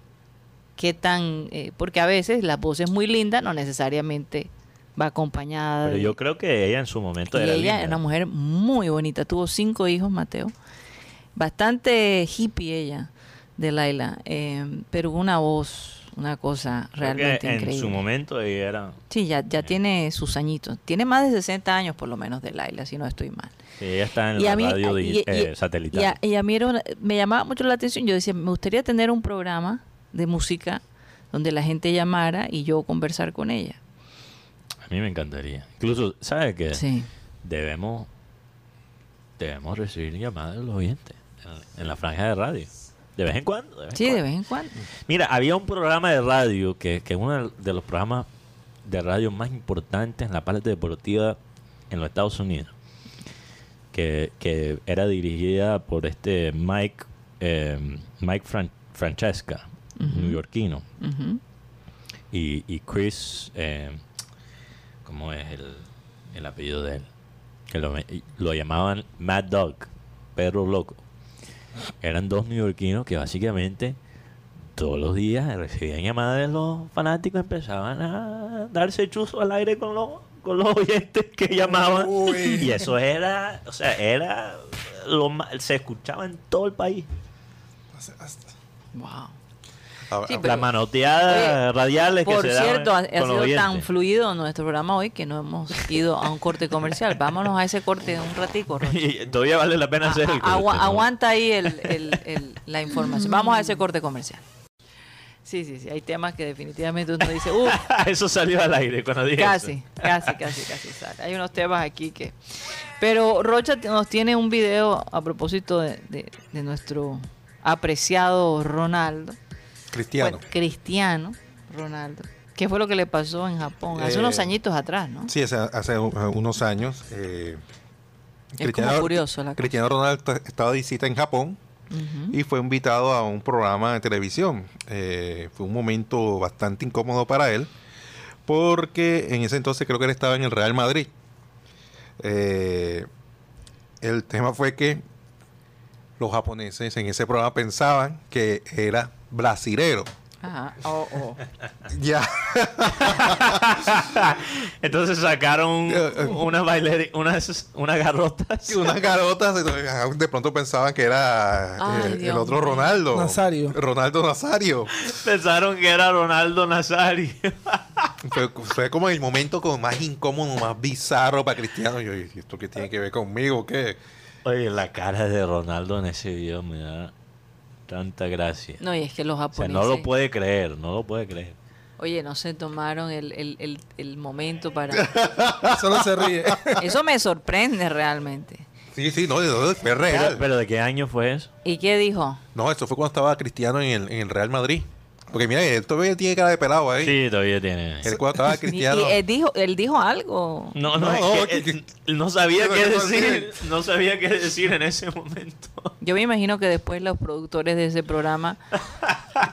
[SPEAKER 2] qué tan... eh, porque a veces la voz es muy linda, no necesariamente va acompañada
[SPEAKER 3] Pero
[SPEAKER 2] de-
[SPEAKER 3] yo creo que ella en su momento
[SPEAKER 2] y
[SPEAKER 3] era
[SPEAKER 2] ella
[SPEAKER 3] linda.
[SPEAKER 2] era una mujer muy bonita, tuvo cinco hijos, Mateo. Bastante hippie ella, de Laila, eh, pero una voz, una cosa
[SPEAKER 3] Creo que
[SPEAKER 2] realmente
[SPEAKER 3] en
[SPEAKER 2] increíble.
[SPEAKER 3] su momento ella era...
[SPEAKER 2] Sí, ya, ya tiene sus añitos. Tiene más de 60 años por lo menos de Laila, si no estoy mal.
[SPEAKER 3] Ella está en la radio
[SPEAKER 2] y-
[SPEAKER 3] digi-
[SPEAKER 2] y-
[SPEAKER 3] eh,
[SPEAKER 2] y-
[SPEAKER 3] satelital.
[SPEAKER 2] y a, y a mí era una- me llamaba mucho la atención. Yo decía, me gustaría tener un programa de música donde la gente llamara y yo conversar con ella.
[SPEAKER 3] A mí me encantaría. Incluso, ¿sabes qué?
[SPEAKER 2] Sí.
[SPEAKER 3] Debemos, debemos recibir llamadas de los oyentes en, en la franja de radio. De vez en cuando. de vez en
[SPEAKER 2] Sí, de vez en cuando.
[SPEAKER 3] Mira, había un programa de radio que, que es uno de los programas de radio más importantes en la parte deportiva en los Estados Unidos. Que, que era dirigida por este Mike, eh, Mike Fran- Francesca, neoyorquino.
[SPEAKER 2] Ujú.
[SPEAKER 3] Y, y Chris, eh, ¿cómo es el, el apellido de él? Que lo, lo llamaban Mad Dog, perro loco. Eran dos neoyorquinos que básicamente todos los días recibían llamadas de los fanáticos, empezaban a darse chuzo al aire con los, con los oyentes que llamaban.
[SPEAKER 4] Uy.
[SPEAKER 3] Y eso era, o sea, era, lo, ma- se escuchaba en todo el país.
[SPEAKER 2] Wow.
[SPEAKER 4] Ah,
[SPEAKER 2] Sí,
[SPEAKER 4] ah,
[SPEAKER 2] pero-
[SPEAKER 3] Las manoteadas radiales que
[SPEAKER 2] Por
[SPEAKER 3] se daban
[SPEAKER 2] cierto, ha, ha
[SPEAKER 3] con los
[SPEAKER 2] sido tan
[SPEAKER 3] oyentes.
[SPEAKER 2] fluido nuestro programa hoy que no hemos ido a un corte comercial. Vámonos a ese corte de un ratico, Rocha.
[SPEAKER 3] Y todavía vale la pena hacer el
[SPEAKER 2] Agua-
[SPEAKER 3] corte, ¿no?
[SPEAKER 2] Aguanta ahí el- el- el- la información. Vamos a ese corte comercial. Sí, sí, sí. Hay temas que definitivamente uno dice, uff,
[SPEAKER 3] eso salió al aire cuando dije
[SPEAKER 2] casi,
[SPEAKER 3] eso.
[SPEAKER 2] casi, casi, casi sale. Hay unos temas aquí que... Pero Rocha t- nos tiene un video a propósito de, de- de nuestro apreciado Ronaldo.
[SPEAKER 4] Cristiano.
[SPEAKER 2] Bueno, Cristiano Ronaldo. ¿Qué fue lo que le pasó en Japón? Hace
[SPEAKER 4] Eh,
[SPEAKER 2] unos añitos atrás, ¿no?
[SPEAKER 4] Sí, hace, hace un- unos años. eh,
[SPEAKER 2] Es como curioso la cosa.
[SPEAKER 4] Cristiano Ronaldo ta- estaba de visita en Japón
[SPEAKER 2] Ujú.
[SPEAKER 4] y fue invitado a un programa de televisión. Eh, fue un momento bastante incómodo para él porque en ese entonces creo que él estaba en el Real Madrid. Eh, el tema fue que los japoneses en ese programa pensaban que era brasilero.
[SPEAKER 2] Ajá. Oh, oh.
[SPEAKER 4] Ya.
[SPEAKER 3] Entonces sacaron
[SPEAKER 4] Eh, eh.
[SPEAKER 3] unas bailar unas, unas garrotas.
[SPEAKER 4] Y unas garotas de pronto pensaban que era
[SPEAKER 2] Ay,
[SPEAKER 4] eh, el,
[SPEAKER 2] Dios
[SPEAKER 4] otro
[SPEAKER 2] mío.
[SPEAKER 4] Ronaldo.
[SPEAKER 5] Nazario.
[SPEAKER 4] Ronaldo Nazario.
[SPEAKER 3] Pensaron que era Ronaldo Nazario.
[SPEAKER 4] fue, fue como el momento como más incómodo, más bizarro para Cristiano. Yo, "¿Y ¿esto qué tiene que ver conmigo? ¿Qué?
[SPEAKER 3] Oye, la cara de Ronaldo en ese video me da tanta gracia.
[SPEAKER 2] No, y es que los
[SPEAKER 3] o sea,
[SPEAKER 2] japoneses...
[SPEAKER 3] no lo puede creer, no lo puede creer.
[SPEAKER 2] Oye, no se tomaron el, el- el- el momento para...
[SPEAKER 5] Solo se ríe.
[SPEAKER 2] Eso me sorprende realmente.
[SPEAKER 4] Sí, sí, no, no, fue real.
[SPEAKER 3] Pero, pero ¿de qué año fue eso?
[SPEAKER 2] ¿Y qué dijo?
[SPEAKER 4] no, eso fue cuando estaba Cristiano en el, en el Real Madrid. Porque mira, él todavía tiene cara de pelado ahí.
[SPEAKER 3] Sí, todavía tiene.
[SPEAKER 4] Él cuando estaba
[SPEAKER 2] Ni-
[SPEAKER 4] Cristiano.
[SPEAKER 2] y él eh, dijo, él dijo algo.
[SPEAKER 3] No, no,
[SPEAKER 4] No,
[SPEAKER 3] es
[SPEAKER 4] no,
[SPEAKER 3] que-
[SPEAKER 4] que-
[SPEAKER 3] eh, no sabía
[SPEAKER 4] que-
[SPEAKER 3] qué
[SPEAKER 4] que-
[SPEAKER 3] decir. No sabía qué decir en ese momento.
[SPEAKER 2] Yo me imagino que después los productores de ese programa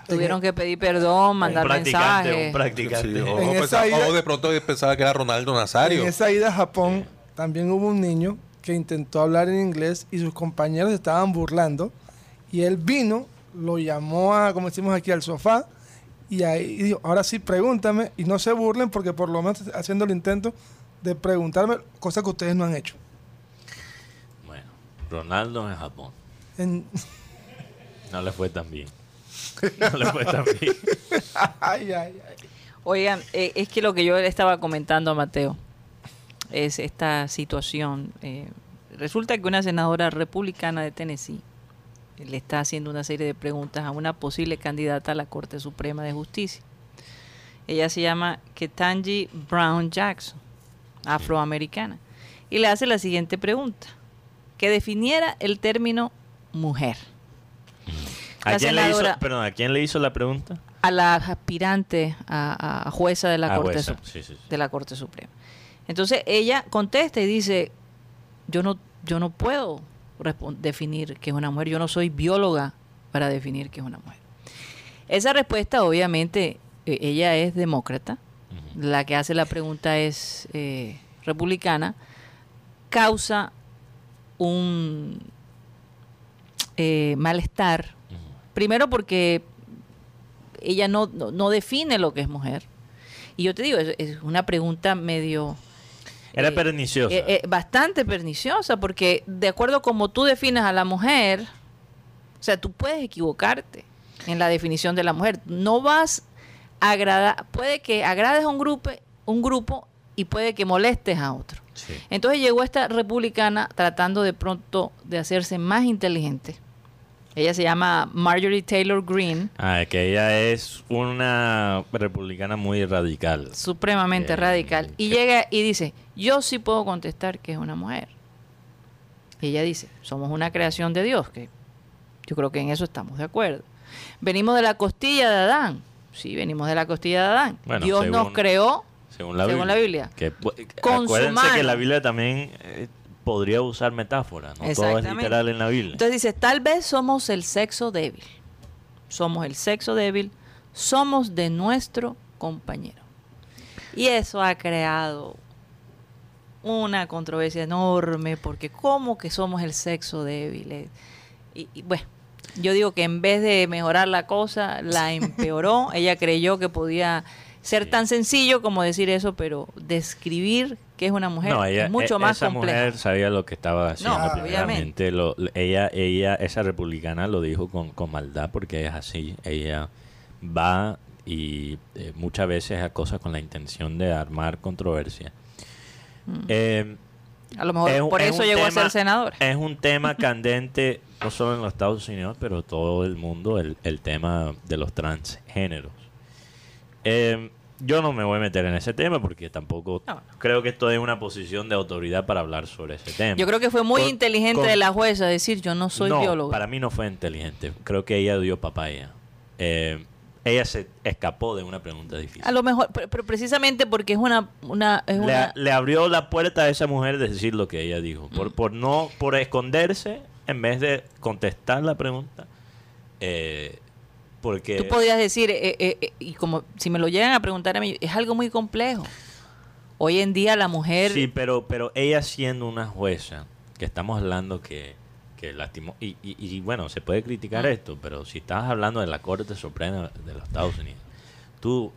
[SPEAKER 2] tuvieron que pedir perdón, mandar
[SPEAKER 3] un practicante,
[SPEAKER 2] mensajes.
[SPEAKER 3] un practicante.
[SPEAKER 4] Sí, o,
[SPEAKER 5] En
[SPEAKER 4] o
[SPEAKER 5] esa
[SPEAKER 4] pensaba-
[SPEAKER 5] ida-
[SPEAKER 4] o de pronto pensaba que era Ronaldo Nazario.
[SPEAKER 5] En esa ida a Japón también hubo un niño que intentó hablar en inglés y sus compañeros estaban burlando. Y él vino, lo llamó a, como decimos aquí, al sofá. Y ahí dijo, ahora sí, pregúntame. Y no se burlen porque por lo menos haciendo el intento de preguntarme cosas que ustedes no han hecho.
[SPEAKER 3] Bueno, Ronaldo en Japón.
[SPEAKER 5] En-
[SPEAKER 3] No le fue tan bien. No le fue tan bien.
[SPEAKER 5] ay, ay, ay.
[SPEAKER 2] Oigan, eh, es que lo que yo le estaba comentando a Mateo es esta situación. eh, resulta que una senadora republicana de Tennessee le está haciendo una serie de preguntas a una posible candidata a la Corte Suprema de Justicia. Ella se llama Ketanji Brown Jackson, afroamericana, y le hace la siguiente pregunta, que definiera el término mujer
[SPEAKER 3] ¿A
[SPEAKER 2] La
[SPEAKER 3] quién, le hizo,
[SPEAKER 2] senadora-
[SPEAKER 3] perdón, ¿A quién le hizo la pregunta?
[SPEAKER 2] a la aspirante a, a jueza de la
[SPEAKER 3] Ah,
[SPEAKER 2] Corte
[SPEAKER 3] jueza.
[SPEAKER 2] Suprema.
[SPEAKER 3] Sí, sí, sí.
[SPEAKER 2] de la Corte Suprema. Entonces ella contesta y dice, yo no, yo no puedo respon- definir qué es una mujer, yo no soy bióloga para definir qué es una mujer. Esa respuesta, obviamente, eh, ella es demócrata, la que hace la pregunta es eh, republicana, causa un eh, malestar, primero porque ella no, no, no define lo que es mujer. Y yo te digo, es, es una pregunta medio...
[SPEAKER 3] Era
[SPEAKER 2] eh,
[SPEAKER 3] perniciosa.
[SPEAKER 2] eh, eh, bastante perniciosa, porque de acuerdo como tú defines a la mujer, o sea, tú puedes equivocarte en la definición de la mujer. No vas a agradar, puede que agrades a un grupo, un grupo y puede que molestes a otro.
[SPEAKER 3] Sí.
[SPEAKER 2] Entonces llegó esta republicana tratando de pronto de hacerse más inteligente. Ella se llama Marjorie Taylor Greene,
[SPEAKER 3] Ah, que ella es una republicana muy radical.
[SPEAKER 2] supremamente
[SPEAKER 3] Eh,
[SPEAKER 2] radical, y
[SPEAKER 3] que-
[SPEAKER 2] llega y dice, yo sí puedo contestar que es una mujer. Y ella dice, somos una creación de Dios, que yo creo que en eso estamos de acuerdo. Venimos de la costilla de Adán, sí, venimos de la costilla de Adán.
[SPEAKER 3] Bueno,
[SPEAKER 2] Dios nos
[SPEAKER 3] según-
[SPEAKER 2] creó
[SPEAKER 3] Según la
[SPEAKER 2] según
[SPEAKER 3] Biblia.
[SPEAKER 2] la Biblia.
[SPEAKER 3] Que pu-
[SPEAKER 2] Con su
[SPEAKER 3] acuérdense
[SPEAKER 2] mano.
[SPEAKER 3] que la Biblia también eh, podría usar metáforas. No todo es
[SPEAKER 2] Exactamente.
[SPEAKER 3] literal en la Biblia.
[SPEAKER 2] Entonces dices, tal vez somos el sexo débil. Somos el sexo débil, somos de nuestro compañero. Y eso ha creado una controversia enorme, porque ¿cómo que somos el sexo débil? Eh, Y, y, bueno, yo digo que en vez de mejorar la cosa, la empeoró. Ella creyó que podía ser tan sencillo como decir eso, pero describir que es una mujer
[SPEAKER 3] no, ella,
[SPEAKER 2] es mucho
[SPEAKER 3] e-
[SPEAKER 2] más
[SPEAKER 3] esa
[SPEAKER 2] complejo.
[SPEAKER 3] mujer sabía lo que estaba haciendo
[SPEAKER 2] obviamente.
[SPEAKER 3] primeramente. Lo- ella, ella, esa republicana lo dijo con, con maldad porque es así. Ella va y eh, muchas veces a cosas con la intención de armar controversia.
[SPEAKER 2] Mm.
[SPEAKER 3] Eh,
[SPEAKER 2] A lo mejor
[SPEAKER 3] es un-
[SPEAKER 2] por
[SPEAKER 3] es
[SPEAKER 2] eso
[SPEAKER 3] un
[SPEAKER 2] llegó a
[SPEAKER 3] tema-
[SPEAKER 2] ser senadora.
[SPEAKER 3] Es un tema candente, no solo en los Estados Unidos, pero todo el mundo, el, el tema de los transgéneros. Eh, yo no me voy a meter en ese tema porque tampoco
[SPEAKER 2] No, no.
[SPEAKER 3] creo que estoy en una posición de autoridad para hablar sobre ese tema.
[SPEAKER 2] Yo creo que fue muy
[SPEAKER 3] Con-
[SPEAKER 2] inteligente
[SPEAKER 3] con-
[SPEAKER 2] de la jueza decir yo no soy
[SPEAKER 3] no,
[SPEAKER 2] biólogo.
[SPEAKER 3] Para mí no fue inteligente. Creo que ella dio papaya. Eh, ella se escapó de una pregunta difícil.
[SPEAKER 2] A lo mejor, pero, pero precisamente porque es una, una, es
[SPEAKER 3] le,
[SPEAKER 2] una- Mm.
[SPEAKER 3] le abrió la puerta a esa mujer de decir lo que ella dijo. Por, por no, por esconderse en vez de contestar la pregunta. eh, porque
[SPEAKER 2] tú podías decir eh, eh, eh, y como si me lo llegan a preguntar a mí es algo muy complejo. Hoy en día la mujer eh,
[SPEAKER 3] sí, pero, pero ella siendo una jueza, que estamos hablando que, que lastimó, y, y- y bueno, se puede criticar esto, pero si estás hablando de la Corte Suprema de los Estados Unidos, tú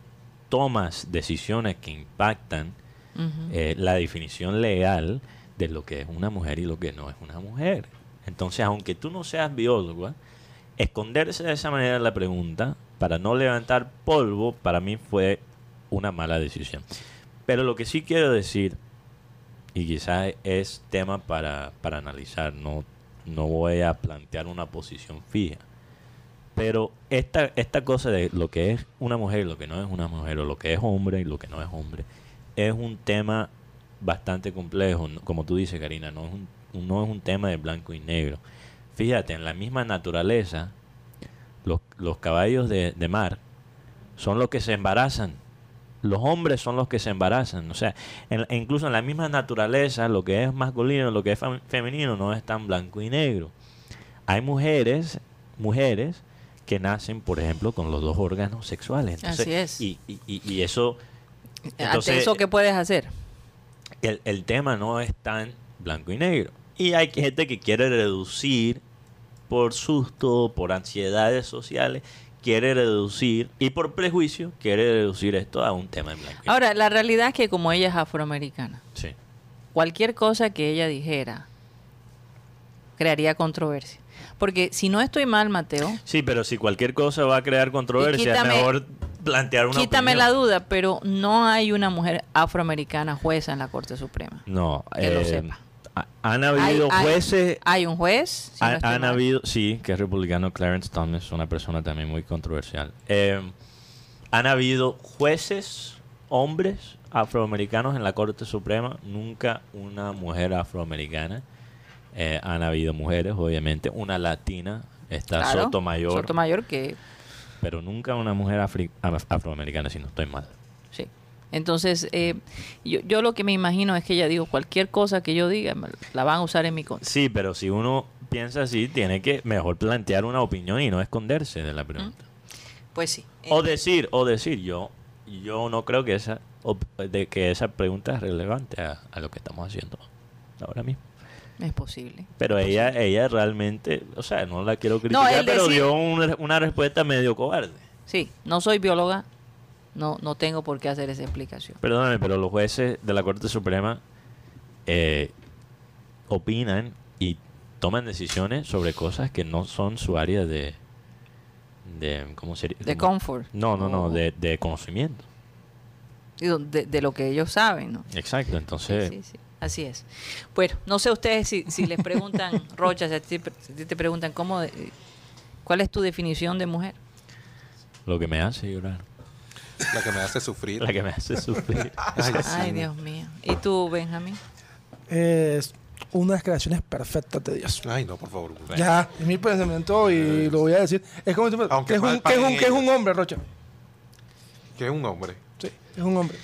[SPEAKER 3] tomas decisiones que impactan eh, la definición legal de lo que es una mujer y lo que no es una mujer. Entonces, aunque tú no seas bióloga, esconderse de esa manera la pregunta para no levantar polvo para mí fue una mala decisión. Pero lo que sí quiero decir, y quizás es tema para, para analizar, no, no voy a plantear una posición fija, pero esta, esta cosa de lo que es una mujer y lo que no es una mujer, o lo que es hombre y lo que no es hombre, es un tema bastante complejo, no- como tú dices, Karina, no es un, un- no es un tema de blanco y negro. Fíjate, en la misma naturaleza, los, los caballos de, de mar son los que se embarazan. Los hombres son los que se embarazan. O sea, en- e incluso en la misma naturaleza, lo que es masculino, lo que es fam- femenino, no es tan blanco y negro. Hay mujeres, mujeres que nacen, por ejemplo, con los dos órganos sexuales. Entonces,
[SPEAKER 2] Así es.
[SPEAKER 3] Y, y- y- y eso... entonces,
[SPEAKER 2] ante eso qué puedes hacer.
[SPEAKER 3] el, el tema no es tan blanco y negro. Y hay gente que quiere reducir por susto, por ansiedades sociales, quiere reducir, y por prejuicio, quiere reducir esto a un tema en blanco y negro.
[SPEAKER 2] Ahora la realidad es que como ella es afroamericana,
[SPEAKER 3] Sí.
[SPEAKER 2] cualquier cosa que ella dijera crearía controversia. Porque si no estoy mal, Mateo,
[SPEAKER 3] Sí, pero si cualquier cosa va a crear controversia,
[SPEAKER 2] quítame-
[SPEAKER 3] es mejor plantear una
[SPEAKER 2] Quítame
[SPEAKER 3] opinión.
[SPEAKER 2] la duda, pero no hay una mujer afroamericana jueza en la Corte Suprema.
[SPEAKER 3] No,
[SPEAKER 2] Que lo
[SPEAKER 3] eh,
[SPEAKER 2] sepa.
[SPEAKER 3] ha- han habido
[SPEAKER 2] hay-
[SPEAKER 3] jueces
[SPEAKER 2] Hay un juez. si no
[SPEAKER 3] Ha-
[SPEAKER 2] estoy
[SPEAKER 3] han
[SPEAKER 2] mal.
[SPEAKER 3] habido, sí, que es republicano Clarence Thomas, una persona también muy controversial. Eh, han habido jueces, hombres afroamericanos en la Corte Suprema, nunca una mujer afroamericana. Eh, han habido mujeres, obviamente, una latina, está
[SPEAKER 2] Claro,
[SPEAKER 3] Sotomayor,
[SPEAKER 2] Sotomayor que
[SPEAKER 3] pero nunca una mujer afri- af- afroamericana, si no estoy mal.
[SPEAKER 2] sí. Entonces, eh, yo, yo lo que me imagino es que ella dijo, cualquier cosa que yo diga, me- la van a usar en mi contra.
[SPEAKER 3] Sí, pero si uno piensa así, tiene que mejor plantear una opinión y no esconderse de la pregunta.
[SPEAKER 2] Pues sí. eh,
[SPEAKER 3] O decir, o decir, yo, yo no creo que esa, op- de que esa pregunta es relevante a, a lo que estamos haciendo ahora mismo.
[SPEAKER 2] es posible.
[SPEAKER 3] Pero ella, ella realmente, o sea, Pues no la quiero
[SPEAKER 2] No,
[SPEAKER 3] criticar,
[SPEAKER 2] el
[SPEAKER 3] pero
[SPEAKER 2] decir-
[SPEAKER 3] dio una, una respuesta medio cobarde.
[SPEAKER 2] Sí, no soy bióloga, no, no tengo por qué hacer esa explicación.
[SPEAKER 3] Perdóname, pero los jueces de la Corte Suprema eh, opinan y toman decisiones sobre cosas que no son su área de... de ¿Cómo sería?
[SPEAKER 2] De Oh.
[SPEAKER 3] ¿Cómo?
[SPEAKER 2] comfort.
[SPEAKER 3] No, no, no,
[SPEAKER 2] O-
[SPEAKER 3] de, de conocimiento.
[SPEAKER 2] digo, de, de lo que ellos saben, ¿no?
[SPEAKER 3] Exacto, entonces...
[SPEAKER 2] Sí, sí, sí. Así es. Bueno, no sé ustedes si, si les preguntan, Rocha, si a ti, si a ti te preguntan cómo, de- cuál es tu definición de mujer.
[SPEAKER 3] Lo que me hace llorar.
[SPEAKER 4] La que me hace sufrir.
[SPEAKER 3] La que me hace sufrir.
[SPEAKER 4] Ay, sí.
[SPEAKER 2] Ay, Dios mío. ¿Y tú, Benjamín?
[SPEAKER 5] Es una de las creaciones perfectas de Dios.
[SPEAKER 4] Ay, no, por favor.
[SPEAKER 5] Ya, es mi pensamiento y lo voy a decir. Es como si fuera-
[SPEAKER 4] Aunque
[SPEAKER 5] que es un,
[SPEAKER 4] mal
[SPEAKER 5] que es un,
[SPEAKER 4] paguen
[SPEAKER 5] que es
[SPEAKER 4] ellos.
[SPEAKER 5] un hombre, Rocha.
[SPEAKER 4] Que es un hombre.
[SPEAKER 5] Sí, es un hombre.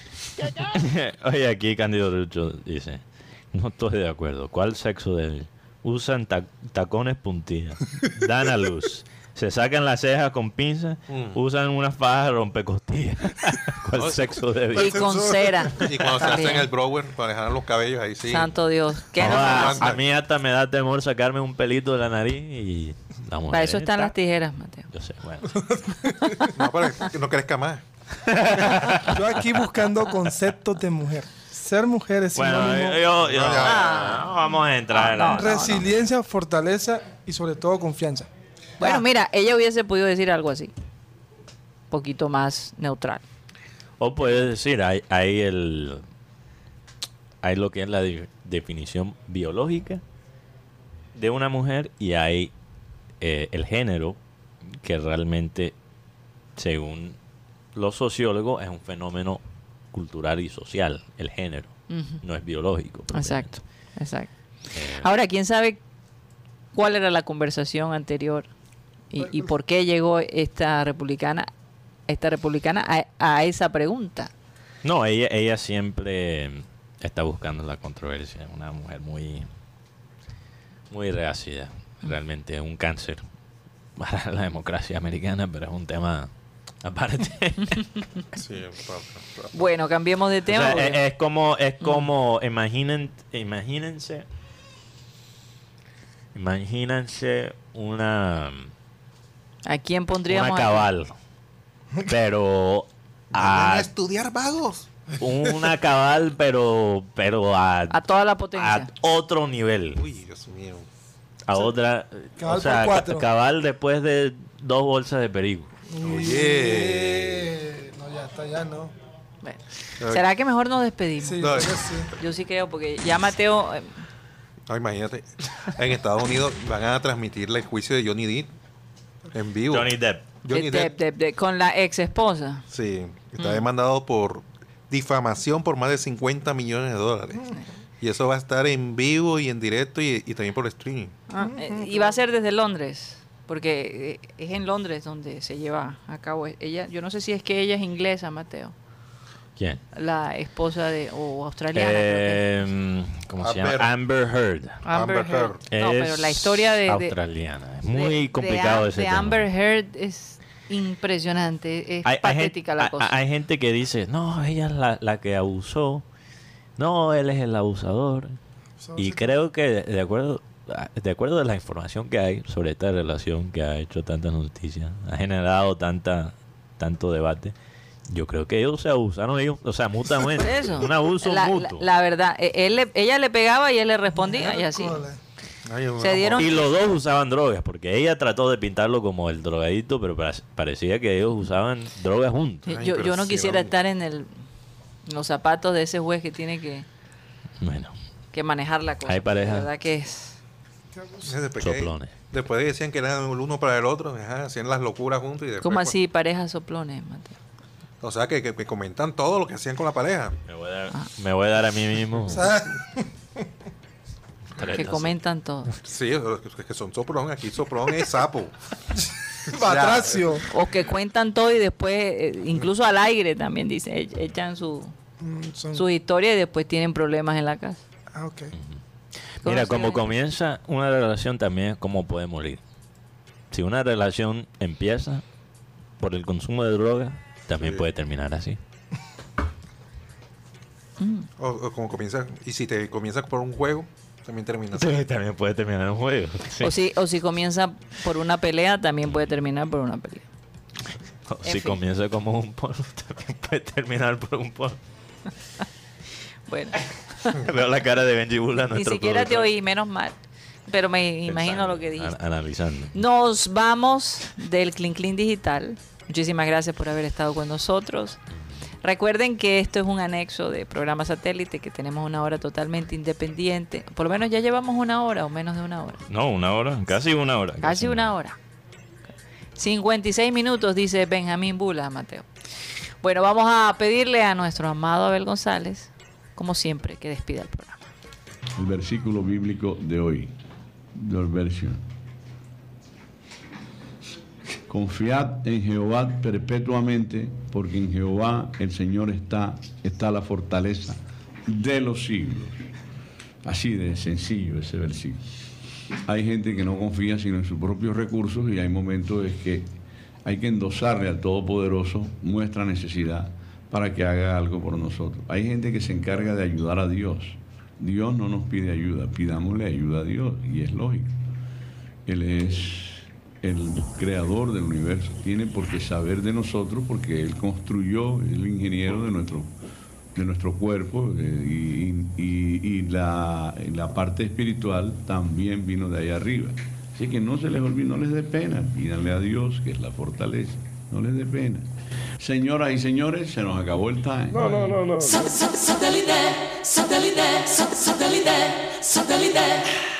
[SPEAKER 3] Oye, aquí Cándido Rucho dice, no estoy de acuerdo. ¿Cuál sexo débil? Usan ta- tacones puntillas, dan a luz, se sacan las cejas con pinzas,
[SPEAKER 4] Mm.
[SPEAKER 3] usan una faja rompecostillas. ¿Cuál sexo
[SPEAKER 2] Y
[SPEAKER 3] débil?
[SPEAKER 2] con cera.
[SPEAKER 4] Y cuando se
[SPEAKER 2] También.
[SPEAKER 4] hacen el brower para dejar los cabellos ahí, sí.
[SPEAKER 2] Santo Dios. ¿Qué
[SPEAKER 3] No,
[SPEAKER 2] nos
[SPEAKER 3] a,
[SPEAKER 2] pasa?
[SPEAKER 3] a mí hasta me da temor sacarme un pelito de la nariz y... la mujer
[SPEAKER 2] Para eso están las
[SPEAKER 3] está-
[SPEAKER 2] tijeras, Mateo.
[SPEAKER 3] Yo sé, bueno.
[SPEAKER 4] No, para que no crezca más.
[SPEAKER 5] Yo aquí buscando conceptos de mujer. Ser mujer es
[SPEAKER 3] Bueno,
[SPEAKER 5] sinónimo
[SPEAKER 3] yo- yo-
[SPEAKER 4] No, ya, ya,
[SPEAKER 3] no vamos a entrar en
[SPEAKER 2] Ah,
[SPEAKER 3] la-
[SPEAKER 5] resiliencia, fortaleza y sobre todo confianza.
[SPEAKER 2] Bueno, mira, ella hubiese podido decir algo así. Un poquito más neutral.
[SPEAKER 3] O puedes decir, hay, hay el hay lo que es la de- definición biológica de una mujer y hay eh, el género que realmente, según los sociólogos, es un fenómeno cultural y social, el género.
[SPEAKER 2] Ujú.
[SPEAKER 3] No es biológico. propiamente.
[SPEAKER 2] Exacto, exacto.
[SPEAKER 3] Eh.
[SPEAKER 2] Ahora, ¿quién sabe cuál era la conversación anterior y, y por qué llegó esta republicana, esta republicana a, a esa pregunta?
[SPEAKER 3] No, ella, ella siempre eh, está buscando la controversia. Es una mujer muy, muy reácida. Realmente es un cáncer para la democracia americana, pero es un tema aparte.
[SPEAKER 4] Sí, pa- pa- pa-
[SPEAKER 2] Bueno, cambiemos de
[SPEAKER 3] O sea, eh,
[SPEAKER 2] tema. Mm. porque-
[SPEAKER 3] es, es como, es como, imaginen, imagínense, imagínense una,
[SPEAKER 2] ¿A quién pondríamos?
[SPEAKER 3] eh, una
[SPEAKER 2] ahí?
[SPEAKER 3] cabal, pero
[SPEAKER 4] Ah.
[SPEAKER 3] a
[SPEAKER 4] estudiar vagos.
[SPEAKER 3] una cabal, pero, pero
[SPEAKER 2] A toda la potencia.
[SPEAKER 3] a otro nivel.
[SPEAKER 4] Uy, Dios mío.
[SPEAKER 3] a otra. eh,
[SPEAKER 5] cabal
[SPEAKER 3] o sea,
[SPEAKER 5] por
[SPEAKER 3] ca-
[SPEAKER 5] cuatro.
[SPEAKER 3] cabal después de dos bolsas de perigo. Eh.
[SPEAKER 4] Oye.
[SPEAKER 5] Eh, No, ya está, ya no.
[SPEAKER 2] Bueno, ¿Será que mejor nos despedimos?
[SPEAKER 5] Sí,
[SPEAKER 4] No,
[SPEAKER 5] yo sí.
[SPEAKER 2] Yo sí creo, porque ya Mateo... eh,
[SPEAKER 4] No, imagínate. En Estados Unidos van a transmitir el juicio de Johnny Depp en vivo.
[SPEAKER 3] Johnny Depp.
[SPEAKER 2] de-
[SPEAKER 4] Johnny
[SPEAKER 2] de-
[SPEAKER 4] Depp.
[SPEAKER 2] de- de- con la ex esposa.
[SPEAKER 4] Sí,
[SPEAKER 2] Mm.
[SPEAKER 4] está demandado por difamación por más de 50 millones de dólares.
[SPEAKER 2] Mm.
[SPEAKER 4] Y eso va a estar en vivo y en directo y, y también por streaming.
[SPEAKER 2] ¿ah? Eh, y va a ser desde Londres, porque eh, es en Londres donde se lleva a cabo e- ella. Yo no sé si es que ella es inglesa, Mateo,
[SPEAKER 3] ¿Quién?
[SPEAKER 2] la esposa de o australiana. creo que es.
[SPEAKER 3] Eh, ¿Cómo se
[SPEAKER 4] Amber.
[SPEAKER 3] llama? Amber Heard.
[SPEAKER 2] Amber
[SPEAKER 4] Amber
[SPEAKER 2] Heard.
[SPEAKER 4] Heard.
[SPEAKER 2] No,
[SPEAKER 3] Es
[SPEAKER 2] pero la historia de, de-
[SPEAKER 3] australiana. Es
[SPEAKER 2] de-
[SPEAKER 3] muy
[SPEAKER 2] de
[SPEAKER 3] complicado
[SPEAKER 2] Am-
[SPEAKER 3] ese
[SPEAKER 2] de
[SPEAKER 3] tema.
[SPEAKER 2] Amber Heard es impresionante, es
[SPEAKER 3] Hay, hay gente,
[SPEAKER 2] patética la
[SPEAKER 3] hay-
[SPEAKER 2] cosa.
[SPEAKER 3] hay gente que dice, no, ella es la, la que abusó. No, él es el abusador. Y creo que de- de acuerdo a- de acuerdo a la información que hay sobre esta relación que ha hecho tantas noticias, ha generado tanta tanto debate, yo creo que ellos se abusaron ellos, o sea,
[SPEAKER 2] Por
[SPEAKER 3] mutuamente,
[SPEAKER 2] eso,
[SPEAKER 3] un abuso
[SPEAKER 2] la, la-
[SPEAKER 3] mutuo.
[SPEAKER 2] la verdad, eh, él le- ella le pegaba y él le respondía y así.
[SPEAKER 4] Ay,
[SPEAKER 2] Se
[SPEAKER 4] amor.
[SPEAKER 2] dieron-
[SPEAKER 3] Y los dos usaban drogas, porque ella trató de pintarlo como el drogadicto, pero pa- parecía que ellos usaban drogas juntos.
[SPEAKER 2] Yo,
[SPEAKER 4] Ay,
[SPEAKER 2] yo
[SPEAKER 4] pero
[SPEAKER 2] no
[SPEAKER 4] sí,
[SPEAKER 2] quisiera
[SPEAKER 4] vamos.
[SPEAKER 2] estar en el en los zapatos de ese juez que tiene que
[SPEAKER 3] Bueno,
[SPEAKER 2] que manejar la cosa.
[SPEAKER 3] Hay pareja.
[SPEAKER 2] La verdad que es.
[SPEAKER 4] Después que-
[SPEAKER 3] Soplones.
[SPEAKER 4] Después que decían que eran el uno para el otro, ajá, hacían las locuras juntos. Y después,
[SPEAKER 2] ¿Cómo
[SPEAKER 4] pues,
[SPEAKER 2] así pareja soplones, Mateo?
[SPEAKER 4] O sea, que, que- que comentan todo lo que hacían con la pareja.
[SPEAKER 3] me voy a dar,
[SPEAKER 2] Ah.
[SPEAKER 3] me voy a, dar a mí mismo. tres
[SPEAKER 2] Que
[SPEAKER 3] tazas.
[SPEAKER 2] comentan todo.
[SPEAKER 4] Sí, o- que son soprón. Aquí soprón es sapo.
[SPEAKER 5] Patracio.
[SPEAKER 2] O que cuentan todo y después, eh, incluso al aire también dice, e- echan su,
[SPEAKER 5] Mm, son-
[SPEAKER 2] su historia y después tienen problemas en la casa.
[SPEAKER 5] Ah, ok.
[SPEAKER 2] Conoce
[SPEAKER 3] Mira, como
[SPEAKER 2] gente.
[SPEAKER 3] comienza una relación también es como puede morir. Si una relación empieza por el consumo de droga, también
[SPEAKER 4] Sí.
[SPEAKER 3] puede terminar así.
[SPEAKER 4] O, o como comienza, y si te comienzas por un juego, también terminas.
[SPEAKER 3] También puede terminar un juego.
[SPEAKER 2] O, si, o si comienza por una pelea, también puede terminar por una pelea.
[SPEAKER 3] O
[SPEAKER 2] En
[SPEAKER 3] si
[SPEAKER 2] fin.
[SPEAKER 3] comienza como un porno, también puede terminar por un porno.
[SPEAKER 2] Bueno,
[SPEAKER 3] Veo la cara de Benji Bula,
[SPEAKER 2] ni
[SPEAKER 3] nuestro
[SPEAKER 2] siquiera te
[SPEAKER 3] productor,
[SPEAKER 2] oí, menos mal. Pero me imagino
[SPEAKER 3] pensando,
[SPEAKER 2] lo que dijiste.
[SPEAKER 3] an- Analizando.
[SPEAKER 2] Nos vamos del Clean Clean Digital. Muchísimas gracias por haber estado con nosotros. Recuerden que esto es un anexo de programa satélite, que tenemos una hora totalmente independiente. Por lo menos ya llevamos una hora o menos de una hora.
[SPEAKER 3] No, una hora, casi una hora.
[SPEAKER 2] Casi una hora. 56 minutos, dice Benjamín Bula, Mateo. Bueno, vamos a pedirle a nuestro amado Abel González, como siempre, que despida el programa.
[SPEAKER 7] El versículo bíblico de hoy, del verso. Confiad en Jehová perpetuamente, porque en Jehová el Señor está, está la fortaleza de los siglos. Así de sencillo ese versículo. Hay gente que no confía sino en sus propios recursos y hay momentos en que hay que endosarle al Todopoderoso nuestra necesidad para que haga algo por nosotros. Hay gente que se encarga de ayudar a Dios. Dios no nos pide ayuda, pidámosle ayuda a Dios y es lógico. Él es el creador del universo, tiene por qué saber de nosotros porque Él construyó, es el ingeniero de nuestro, de nuestro cuerpo eh, y, y- y la, y la parte espiritual también vino de allá arriba. Así que no se les olvide, no les dé pena, pídanle a Dios que es la fortaleza, no les dé pena. Señoras y señores, se nos acabó el time.
[SPEAKER 5] No, no, no, no.
[SPEAKER 8] Satellite, satellite, satellite, satellite, satellite.